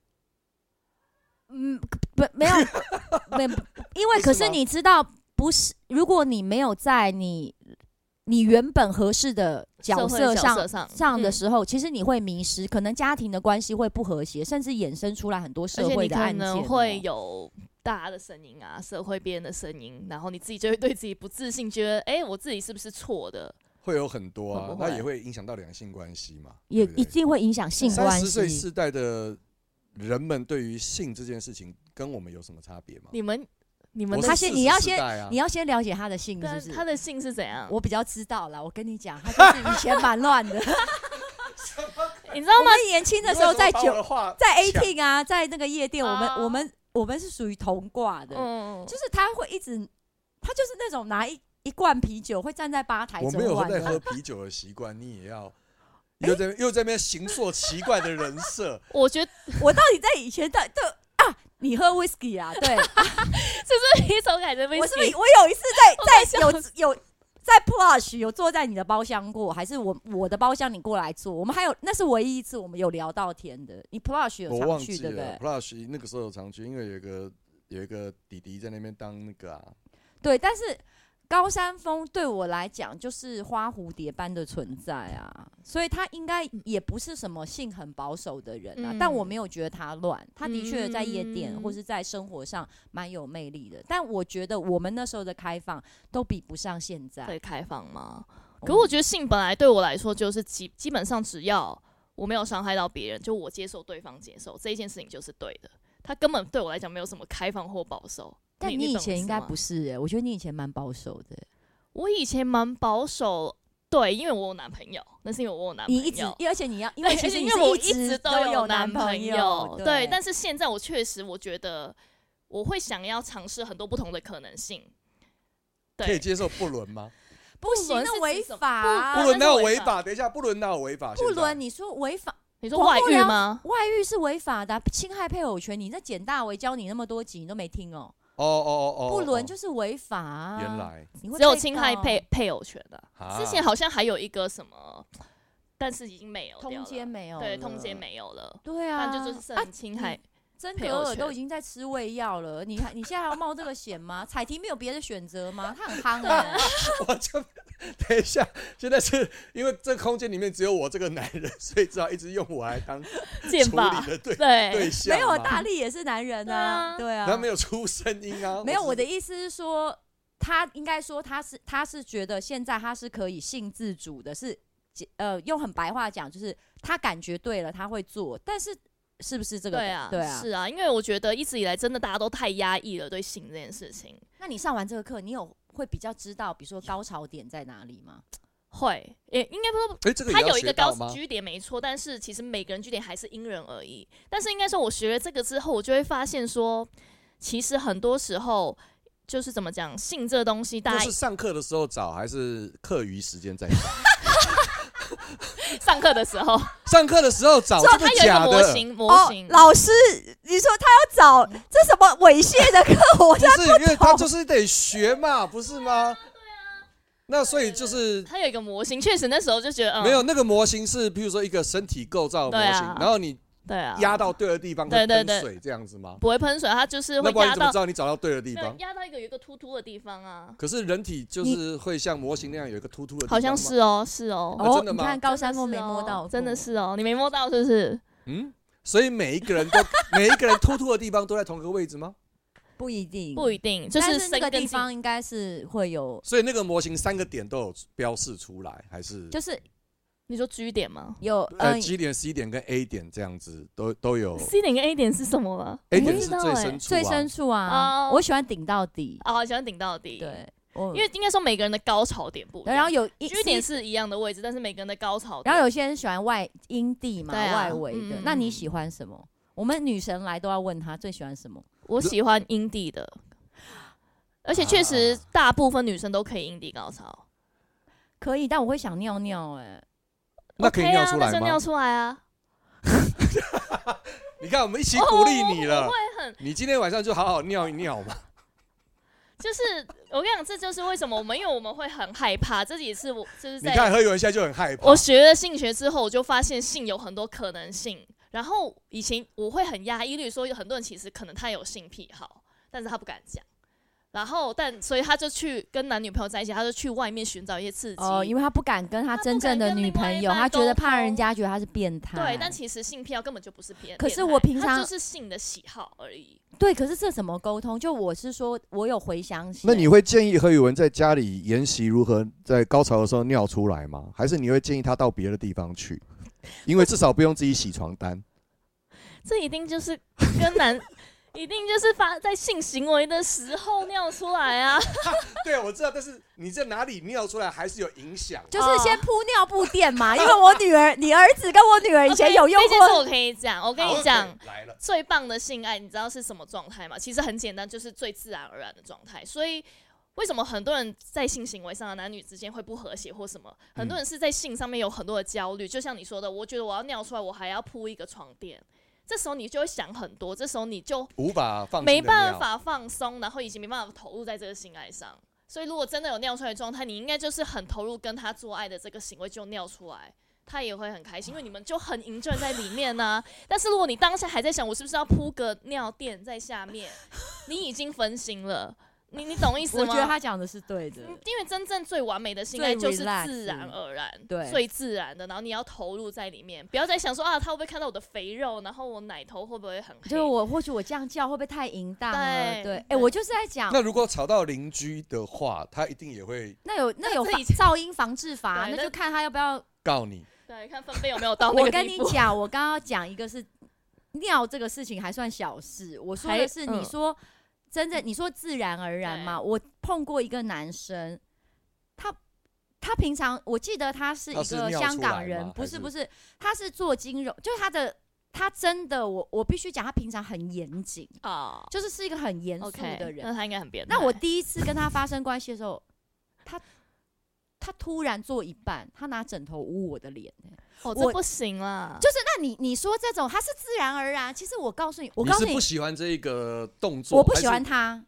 Speaker 3: 嗯，不，没有，没，因为
Speaker 4: 不
Speaker 3: 可
Speaker 4: 是
Speaker 3: 是
Speaker 4: 吗
Speaker 3: 你知道，不是，如果你没有在你你原本合适的角
Speaker 5: 社
Speaker 3: 色
Speaker 5: 会角
Speaker 3: 上
Speaker 5: 色上
Speaker 3: 上的
Speaker 5: 嗯
Speaker 3: 时候，其实你会迷失，可能家庭的关系会不和谐，甚至衍生出来很多
Speaker 5: 而
Speaker 3: 社
Speaker 5: 且
Speaker 3: 会
Speaker 5: 你
Speaker 3: 的
Speaker 5: 可
Speaker 3: 案件哦、
Speaker 5: 能会有大家的声音啊，社会别人的声音，然后你自己就会对自己不自信，觉得哎、诶我自己是不是错的？
Speaker 4: 会有很多
Speaker 5: 会
Speaker 4: 啊，
Speaker 5: 不会
Speaker 4: 那也会影响到两性关系嘛，
Speaker 3: 也
Speaker 4: 对不
Speaker 3: 一
Speaker 4: 对
Speaker 3: 定会影响性
Speaker 4: 三
Speaker 3: 关
Speaker 4: 十岁
Speaker 3: 系。
Speaker 4: 世代的人们对于性这件事情跟我们有什么差别吗？
Speaker 5: 你们，你们
Speaker 4: 我
Speaker 5: 的
Speaker 3: 他
Speaker 4: 是
Speaker 3: 先你要
Speaker 4: 40
Speaker 3: 先
Speaker 4: 代啊
Speaker 3: 你要先了解他的性
Speaker 5: 对
Speaker 3: 是
Speaker 5: 啊
Speaker 3: 不是？
Speaker 5: 他的性是怎样？
Speaker 3: 我比较知道啦，我跟你讲，他就是以前蛮乱
Speaker 5: *laughs*
Speaker 3: 的。
Speaker 5: 你知道
Speaker 3: 我
Speaker 5: 吗？
Speaker 3: 们年轻的时候在酒
Speaker 4: 酒
Speaker 3: 在 A T 啊，在那个夜店，我们、
Speaker 5: 啊
Speaker 3: 我们我们是属于同挂的，
Speaker 5: 嗯，
Speaker 3: 就是他会一直，他就是那种拿一一罐啤酒会站在吧台
Speaker 4: 我
Speaker 3: 整
Speaker 4: 没有
Speaker 3: 晚
Speaker 4: 在
Speaker 3: 的。
Speaker 4: 喝啤酒的习惯，你也要又在又在那边行做奇怪的人设，
Speaker 5: 我觉得
Speaker 3: *laughs* 我到底在以前到对啊？你喝 whisky 啊？
Speaker 5: *laughs*
Speaker 3: 对，
Speaker 5: 这是一种感觉，
Speaker 3: 我是不是我有一次在在
Speaker 5: *laughs* 我
Speaker 3: 有
Speaker 5: 在
Speaker 3: 有在 plush 有坐在你的包厢过，还是我我的包厢你过来坐？我们还有那是唯一一次我们有聊到天的。你 plush *laughs* 有
Speaker 4: 我
Speaker 3: 常
Speaker 4: 忘
Speaker 3: 去
Speaker 4: 记
Speaker 3: 对不
Speaker 4: 了。
Speaker 3: 对？
Speaker 4: Plush 那个时候有常去，因为有一个有一个弟弟在那边当那个啊，
Speaker 3: 对，但是高山峰对我来讲就是花蝴蝶般的存在啊，所以他应该也不是什么性很保守的人啊。
Speaker 5: 嗯
Speaker 3: 但我没有觉得他乱，他的确在夜店
Speaker 5: 嗯
Speaker 3: 或是在生活上蛮有魅力的。但我觉得我们那时候的开放都比不上现在。
Speaker 5: 对开放吗？
Speaker 3: 嗯
Speaker 5: 可我觉得性本来对我来说就是基基本上只要我没有伤害到别人，就我接受对方接受这一件事情就是对的。他根本对我来讲没有什么开放或保守。
Speaker 3: 但
Speaker 5: 你
Speaker 3: 你以
Speaker 5: 懂我
Speaker 3: 前
Speaker 5: 意
Speaker 3: 应
Speaker 5: 思
Speaker 3: 该
Speaker 5: 吗
Speaker 3: 不是、欸，我觉得你以前蛮保守的欸、
Speaker 5: 我以前蛮保守，对，因为我有男朋友，那是因为啊我有男朋
Speaker 3: 你
Speaker 5: 友。
Speaker 3: 一直，而且
Speaker 5: *laughs*
Speaker 3: 你要，因
Speaker 5: 对，
Speaker 3: 为
Speaker 5: 而
Speaker 3: 其实
Speaker 5: 且因
Speaker 3: 你
Speaker 5: 为
Speaker 3: 是
Speaker 5: 我
Speaker 3: 直
Speaker 5: 都
Speaker 3: 有
Speaker 5: 男
Speaker 3: 朋
Speaker 5: 友，
Speaker 3: 对，
Speaker 5: 但是现在我确实我觉得我会想要尝试很多不同的可能性。
Speaker 4: 可以
Speaker 5: 对，
Speaker 4: 接受不伦吗？
Speaker 3: 不行，
Speaker 5: 不伦是
Speaker 3: 那违
Speaker 5: 指什么
Speaker 3: 法。啊
Speaker 4: 不
Speaker 5: 不
Speaker 4: 伦哪有违
Speaker 5: 那是违
Speaker 4: 法？等一下，不伦哪有违法？
Speaker 3: 不
Speaker 4: 现在
Speaker 3: 伦，你说违法，
Speaker 5: 你说
Speaker 3: 广
Speaker 5: 外
Speaker 3: 末
Speaker 5: 遇
Speaker 3: 凉
Speaker 5: 吗？
Speaker 3: 外遇是违法的啊、侵害配偶权。你那简大为教你那么多集，你都没听哦。
Speaker 4: 哦哦哦哦，
Speaker 3: 不伦就是是违法、啊。
Speaker 4: 原来
Speaker 3: 你会
Speaker 5: 只有
Speaker 3: 被
Speaker 5: 侵害
Speaker 3: 告
Speaker 5: 配配偶权的、
Speaker 4: 啊
Speaker 5: 之前好像还有一个什么，但是已经没有掉
Speaker 3: 通
Speaker 5: 了
Speaker 3: 奸没有？
Speaker 5: 对，通奸。没有了。
Speaker 3: 对啊，
Speaker 5: 但就就是
Speaker 3: 啊
Speaker 5: 性，侵害，
Speaker 3: 真
Speaker 5: 配
Speaker 3: 格
Speaker 5: 偶
Speaker 3: 尔
Speaker 5: 权
Speaker 3: 都已经在吃胃药了，你还你现在还要冒这个险吗？彩婷没有别的选择吗？她很夯
Speaker 4: *laughs*
Speaker 5: *laughs*
Speaker 3: 啊，
Speaker 4: 我就等一下，现在是因为这空间里面只有我这个男人，所以只好一直用我来当处
Speaker 5: 剑吧
Speaker 4: 理，的对对
Speaker 5: 对，
Speaker 4: 象
Speaker 3: 没
Speaker 4: 嘛。
Speaker 3: 有大力也是男人啊，
Speaker 5: 对啊
Speaker 3: 对啊，
Speaker 4: 他没有出声音啊，
Speaker 3: 没有，哦我的
Speaker 4: 只是
Speaker 3: 意思是说，他应该说他是他是觉得现在他是可以性自主的，是呃用很白话讲，就是他感觉对了，他会做，但是是不是这个？
Speaker 5: 对啊，
Speaker 3: 对啊。
Speaker 5: 是啊，因为我觉得一直以来真的大家都太压抑了对性这件事情，
Speaker 3: 那你上完这个课，你有会比较知道，比如说高潮点在哪里吗？
Speaker 5: 会也应该不说
Speaker 4: 哎，这个
Speaker 5: 它
Speaker 4: 也要
Speaker 5: 有一
Speaker 4: 学
Speaker 5: 个
Speaker 4: 到
Speaker 5: 高
Speaker 4: 吗？
Speaker 5: 居点没错，但是其实每个人居点还是因人而异。但是应该说，我学了这个之后，我就会发现说，其实很多时候就是怎么讲，性这东西，大
Speaker 4: 那
Speaker 5: 家
Speaker 4: 是上课的时候找还是课余时间在找？
Speaker 5: 上课的时候，
Speaker 4: *laughs* 上课的时候找，
Speaker 5: 之后
Speaker 4: 真
Speaker 5: 它
Speaker 4: 的
Speaker 5: 有一
Speaker 4: 哦
Speaker 5: 哦个
Speaker 4: 假
Speaker 5: 模
Speaker 4: 的？
Speaker 5: 型，模
Speaker 3: 哦
Speaker 5: 型。
Speaker 1: 老师，你说他要找
Speaker 5: 嗯
Speaker 1: 这什么猥亵的
Speaker 5: *laughs*
Speaker 1: 课？我
Speaker 4: 不是，因为他就是得学嘛，不是吗？那所以就是
Speaker 5: 它有一个模型，确实那时候就觉得，嗯，
Speaker 4: 没有那个模型是，譬如说一个身体构造的模型
Speaker 5: 对啊，
Speaker 4: 然后你
Speaker 5: 对啊，
Speaker 4: 压到对的地方会
Speaker 5: 对对
Speaker 4: 喷
Speaker 5: 对
Speaker 4: 水这样子吗？
Speaker 5: 不会喷水，它就是
Speaker 4: 那
Speaker 5: 会
Speaker 4: 不然
Speaker 5: 压
Speaker 4: 你怎么
Speaker 5: 到
Speaker 4: 知道你找到对的地
Speaker 5: 没有
Speaker 4: 方？
Speaker 5: 压到一个有一个突突的地方啊，
Speaker 4: 可是人体就是会像模型那样有一个突突的地方吗
Speaker 5: 好像，是哦，是哦。
Speaker 4: 啊真的
Speaker 3: 你
Speaker 4: 吗
Speaker 3: 看高山峰没摸到过，
Speaker 5: 真的是哦，你没摸到是不是？
Speaker 4: 嗯，所以每一个人都 *laughs* 每一个人突突的地方都在同一个位置吗？
Speaker 3: 不一定，
Speaker 5: 不一定，就
Speaker 3: 但是
Speaker 5: 深
Speaker 3: 那个
Speaker 5: 根
Speaker 3: 地
Speaker 5: 茎
Speaker 3: 方应该是会有，
Speaker 4: 所以那个模型三个点都有标示出来，还是
Speaker 3: 就是
Speaker 5: 你说 G 点吗
Speaker 3: 有
Speaker 4: 呃
Speaker 3: 嗯
Speaker 4: G 点、C 点跟 A 点这样子都都有
Speaker 5: ？C 点跟 A 点是什么了
Speaker 4: ，A
Speaker 5: 我不
Speaker 4: 哎点是
Speaker 5: 知道
Speaker 4: 最
Speaker 5: 欸
Speaker 4: 深处
Speaker 3: 最
Speaker 4: 啊
Speaker 3: 深。处啊，
Speaker 5: 哦
Speaker 3: 我喜欢顶到底，
Speaker 5: 哦，喜欢顶到底。，
Speaker 3: 对，我
Speaker 5: 因为应该说每个人的高潮点不一样。
Speaker 3: 然后有一
Speaker 5: 据点是一样的位置，但是每个人的高潮点。
Speaker 3: 然后有些人喜欢外阴地嘛，
Speaker 5: 对啊
Speaker 3: 外围的。
Speaker 5: 嗯
Speaker 3: 那你喜欢什么？我们女神来都要问她最喜欢什么。
Speaker 5: 我喜欢阴蒂的，而且确实
Speaker 4: 啊
Speaker 5: 大部分女生都可以阴蒂高潮。
Speaker 3: 可以，但我会想尿尿哎、
Speaker 4: 那可以
Speaker 5: OK
Speaker 4: 尿
Speaker 5: 啊
Speaker 4: 出
Speaker 5: 那
Speaker 4: 来
Speaker 5: 就尿
Speaker 4: 吗？
Speaker 5: 出来啊！
Speaker 4: 你看，我们一起鼓励你
Speaker 5: 哦
Speaker 4: 了
Speaker 5: 我会很，
Speaker 4: 你今天晚上就好好尿一尿嘛。
Speaker 5: 就是我跟你讲，这就是为什么我们，因为我们会很害怕，这也是我就是
Speaker 4: 你
Speaker 5: 在
Speaker 4: 看何宇文现在就很害怕
Speaker 5: 我，学了性学之后，我就发现性有很多可能性。然后以前我会很压抑，例如说有很多人其实可能他有性癖好，但是他不敢讲。然后但所以他就去跟男女朋友在一起，他就去外面寻找一些刺激。
Speaker 3: 哦，因为她不敢跟她真正的女朋友，她
Speaker 5: 她不敢跟另外一半
Speaker 3: 觉得怕
Speaker 5: 沟通
Speaker 3: 人家觉得她是变态。
Speaker 5: 对，但其实性癖好根本就不是偏。
Speaker 3: 可是
Speaker 5: 变态
Speaker 3: 我平常
Speaker 5: 它就是性的喜好而已。
Speaker 3: 对，可是这怎么沟通？就我是说，我有回想起。
Speaker 4: 那你会建议何宇文在家里研习如何在高潮的时候尿出来吗？还是你会建议他到别的地方去？因为至少不用自己洗床单。
Speaker 5: 这一定就是跟 *laughs* 男，一定就是发在性行为的时候尿出来 *laughs* 啊。
Speaker 4: *laughs* 对，我知道，但是你在哪里尿出来还是有影响。
Speaker 5: 哦
Speaker 3: 就是先铺尿布垫
Speaker 5: *laughs*
Speaker 3: 嘛，因为我女儿、你儿子跟我女儿以前有用
Speaker 5: OK，这件事
Speaker 3: 过。
Speaker 5: 我可以讲，我跟你讲，
Speaker 4: 来了，
Speaker 5: 最棒的性爱，你知道是什么状态吗？其实很简单，就是最自然而然的状态。所以为什么很多人在性行为上的男女之间会不和谐或什么？很
Speaker 4: 嗯
Speaker 5: 多人是在性上面有很多的焦虑，就像你说的，我觉得我要尿出来，我还要铺一个床垫。这时候你就会想很多，这时候你就
Speaker 4: 无法放
Speaker 5: 没办。法放松，然后以及没办法投入在这个性爱上。所以如果真的有尿出来的状态，你应该就是很投入跟他做爱的这个行为，就尿出来。他也会很开心，因为你们就很 enjoy 在里面
Speaker 3: *laughs*
Speaker 5: 呢、但是如果你当下还在想我是不是要铺个尿垫在下面，你已经分心了，你你懂意思
Speaker 3: 我
Speaker 5: 吗？
Speaker 3: 觉得她讲的是对的。
Speaker 5: 嗯因为真正最完美的性爱
Speaker 3: 最
Speaker 5: 就是
Speaker 3: relax
Speaker 5: 自然而然，
Speaker 3: 对
Speaker 5: 最自然的。然后你要投入在里面，不要再想说啊，他会不会看到我的肥肉，然后我奶头会不会很黑？
Speaker 3: 就是我或许我这样叫会不会太淫荡了？
Speaker 5: 对
Speaker 3: 对，哎、
Speaker 5: 对
Speaker 3: 我就是在讲
Speaker 4: 那如果吵到邻居的话，他一定也会
Speaker 3: 那有那有
Speaker 5: 自
Speaker 3: 防
Speaker 5: 己
Speaker 3: 噪音防治法，
Speaker 5: 对啊
Speaker 3: 那
Speaker 5: 但
Speaker 3: 就看他要不要
Speaker 4: 告你。
Speaker 5: 对，看分贝有没有到那
Speaker 3: 我
Speaker 5: 个
Speaker 3: 跟
Speaker 5: 地
Speaker 3: 你
Speaker 5: 步。
Speaker 3: 讲，我刚刚讲一个是尿这个事情还算小事，我说的
Speaker 5: 还
Speaker 3: 是你
Speaker 5: 嗯
Speaker 3: 说、真正你说自然而然嘛，我碰过一个男生，他他他平常我记得他是一
Speaker 4: 他是
Speaker 3: 个
Speaker 4: 尿
Speaker 3: 香
Speaker 4: 出
Speaker 3: 港
Speaker 4: 来
Speaker 3: 人
Speaker 4: 吗，
Speaker 3: 不
Speaker 4: 还
Speaker 3: 是
Speaker 4: 是
Speaker 3: 不是，他是做金融，就是他的他真的我我必须讲，他平常很严谨，
Speaker 5: 哦
Speaker 3: 就是是一个很严肃
Speaker 5: ，OK
Speaker 3: 的人。
Speaker 5: 那他应该很哎变态。
Speaker 3: 那我第一次跟他发生关系的时候，他他突然做一半，他拿枕头捂我的脸、欸
Speaker 5: 哦，
Speaker 3: 我
Speaker 5: 这不行啊啦，
Speaker 3: 就是那你你说这种他是自然而然，其实我告诉你，我
Speaker 4: 你
Speaker 3: 告诉
Speaker 4: 是
Speaker 3: 你
Speaker 4: 不，喜欢这一个动作，
Speaker 3: 我不喜欢他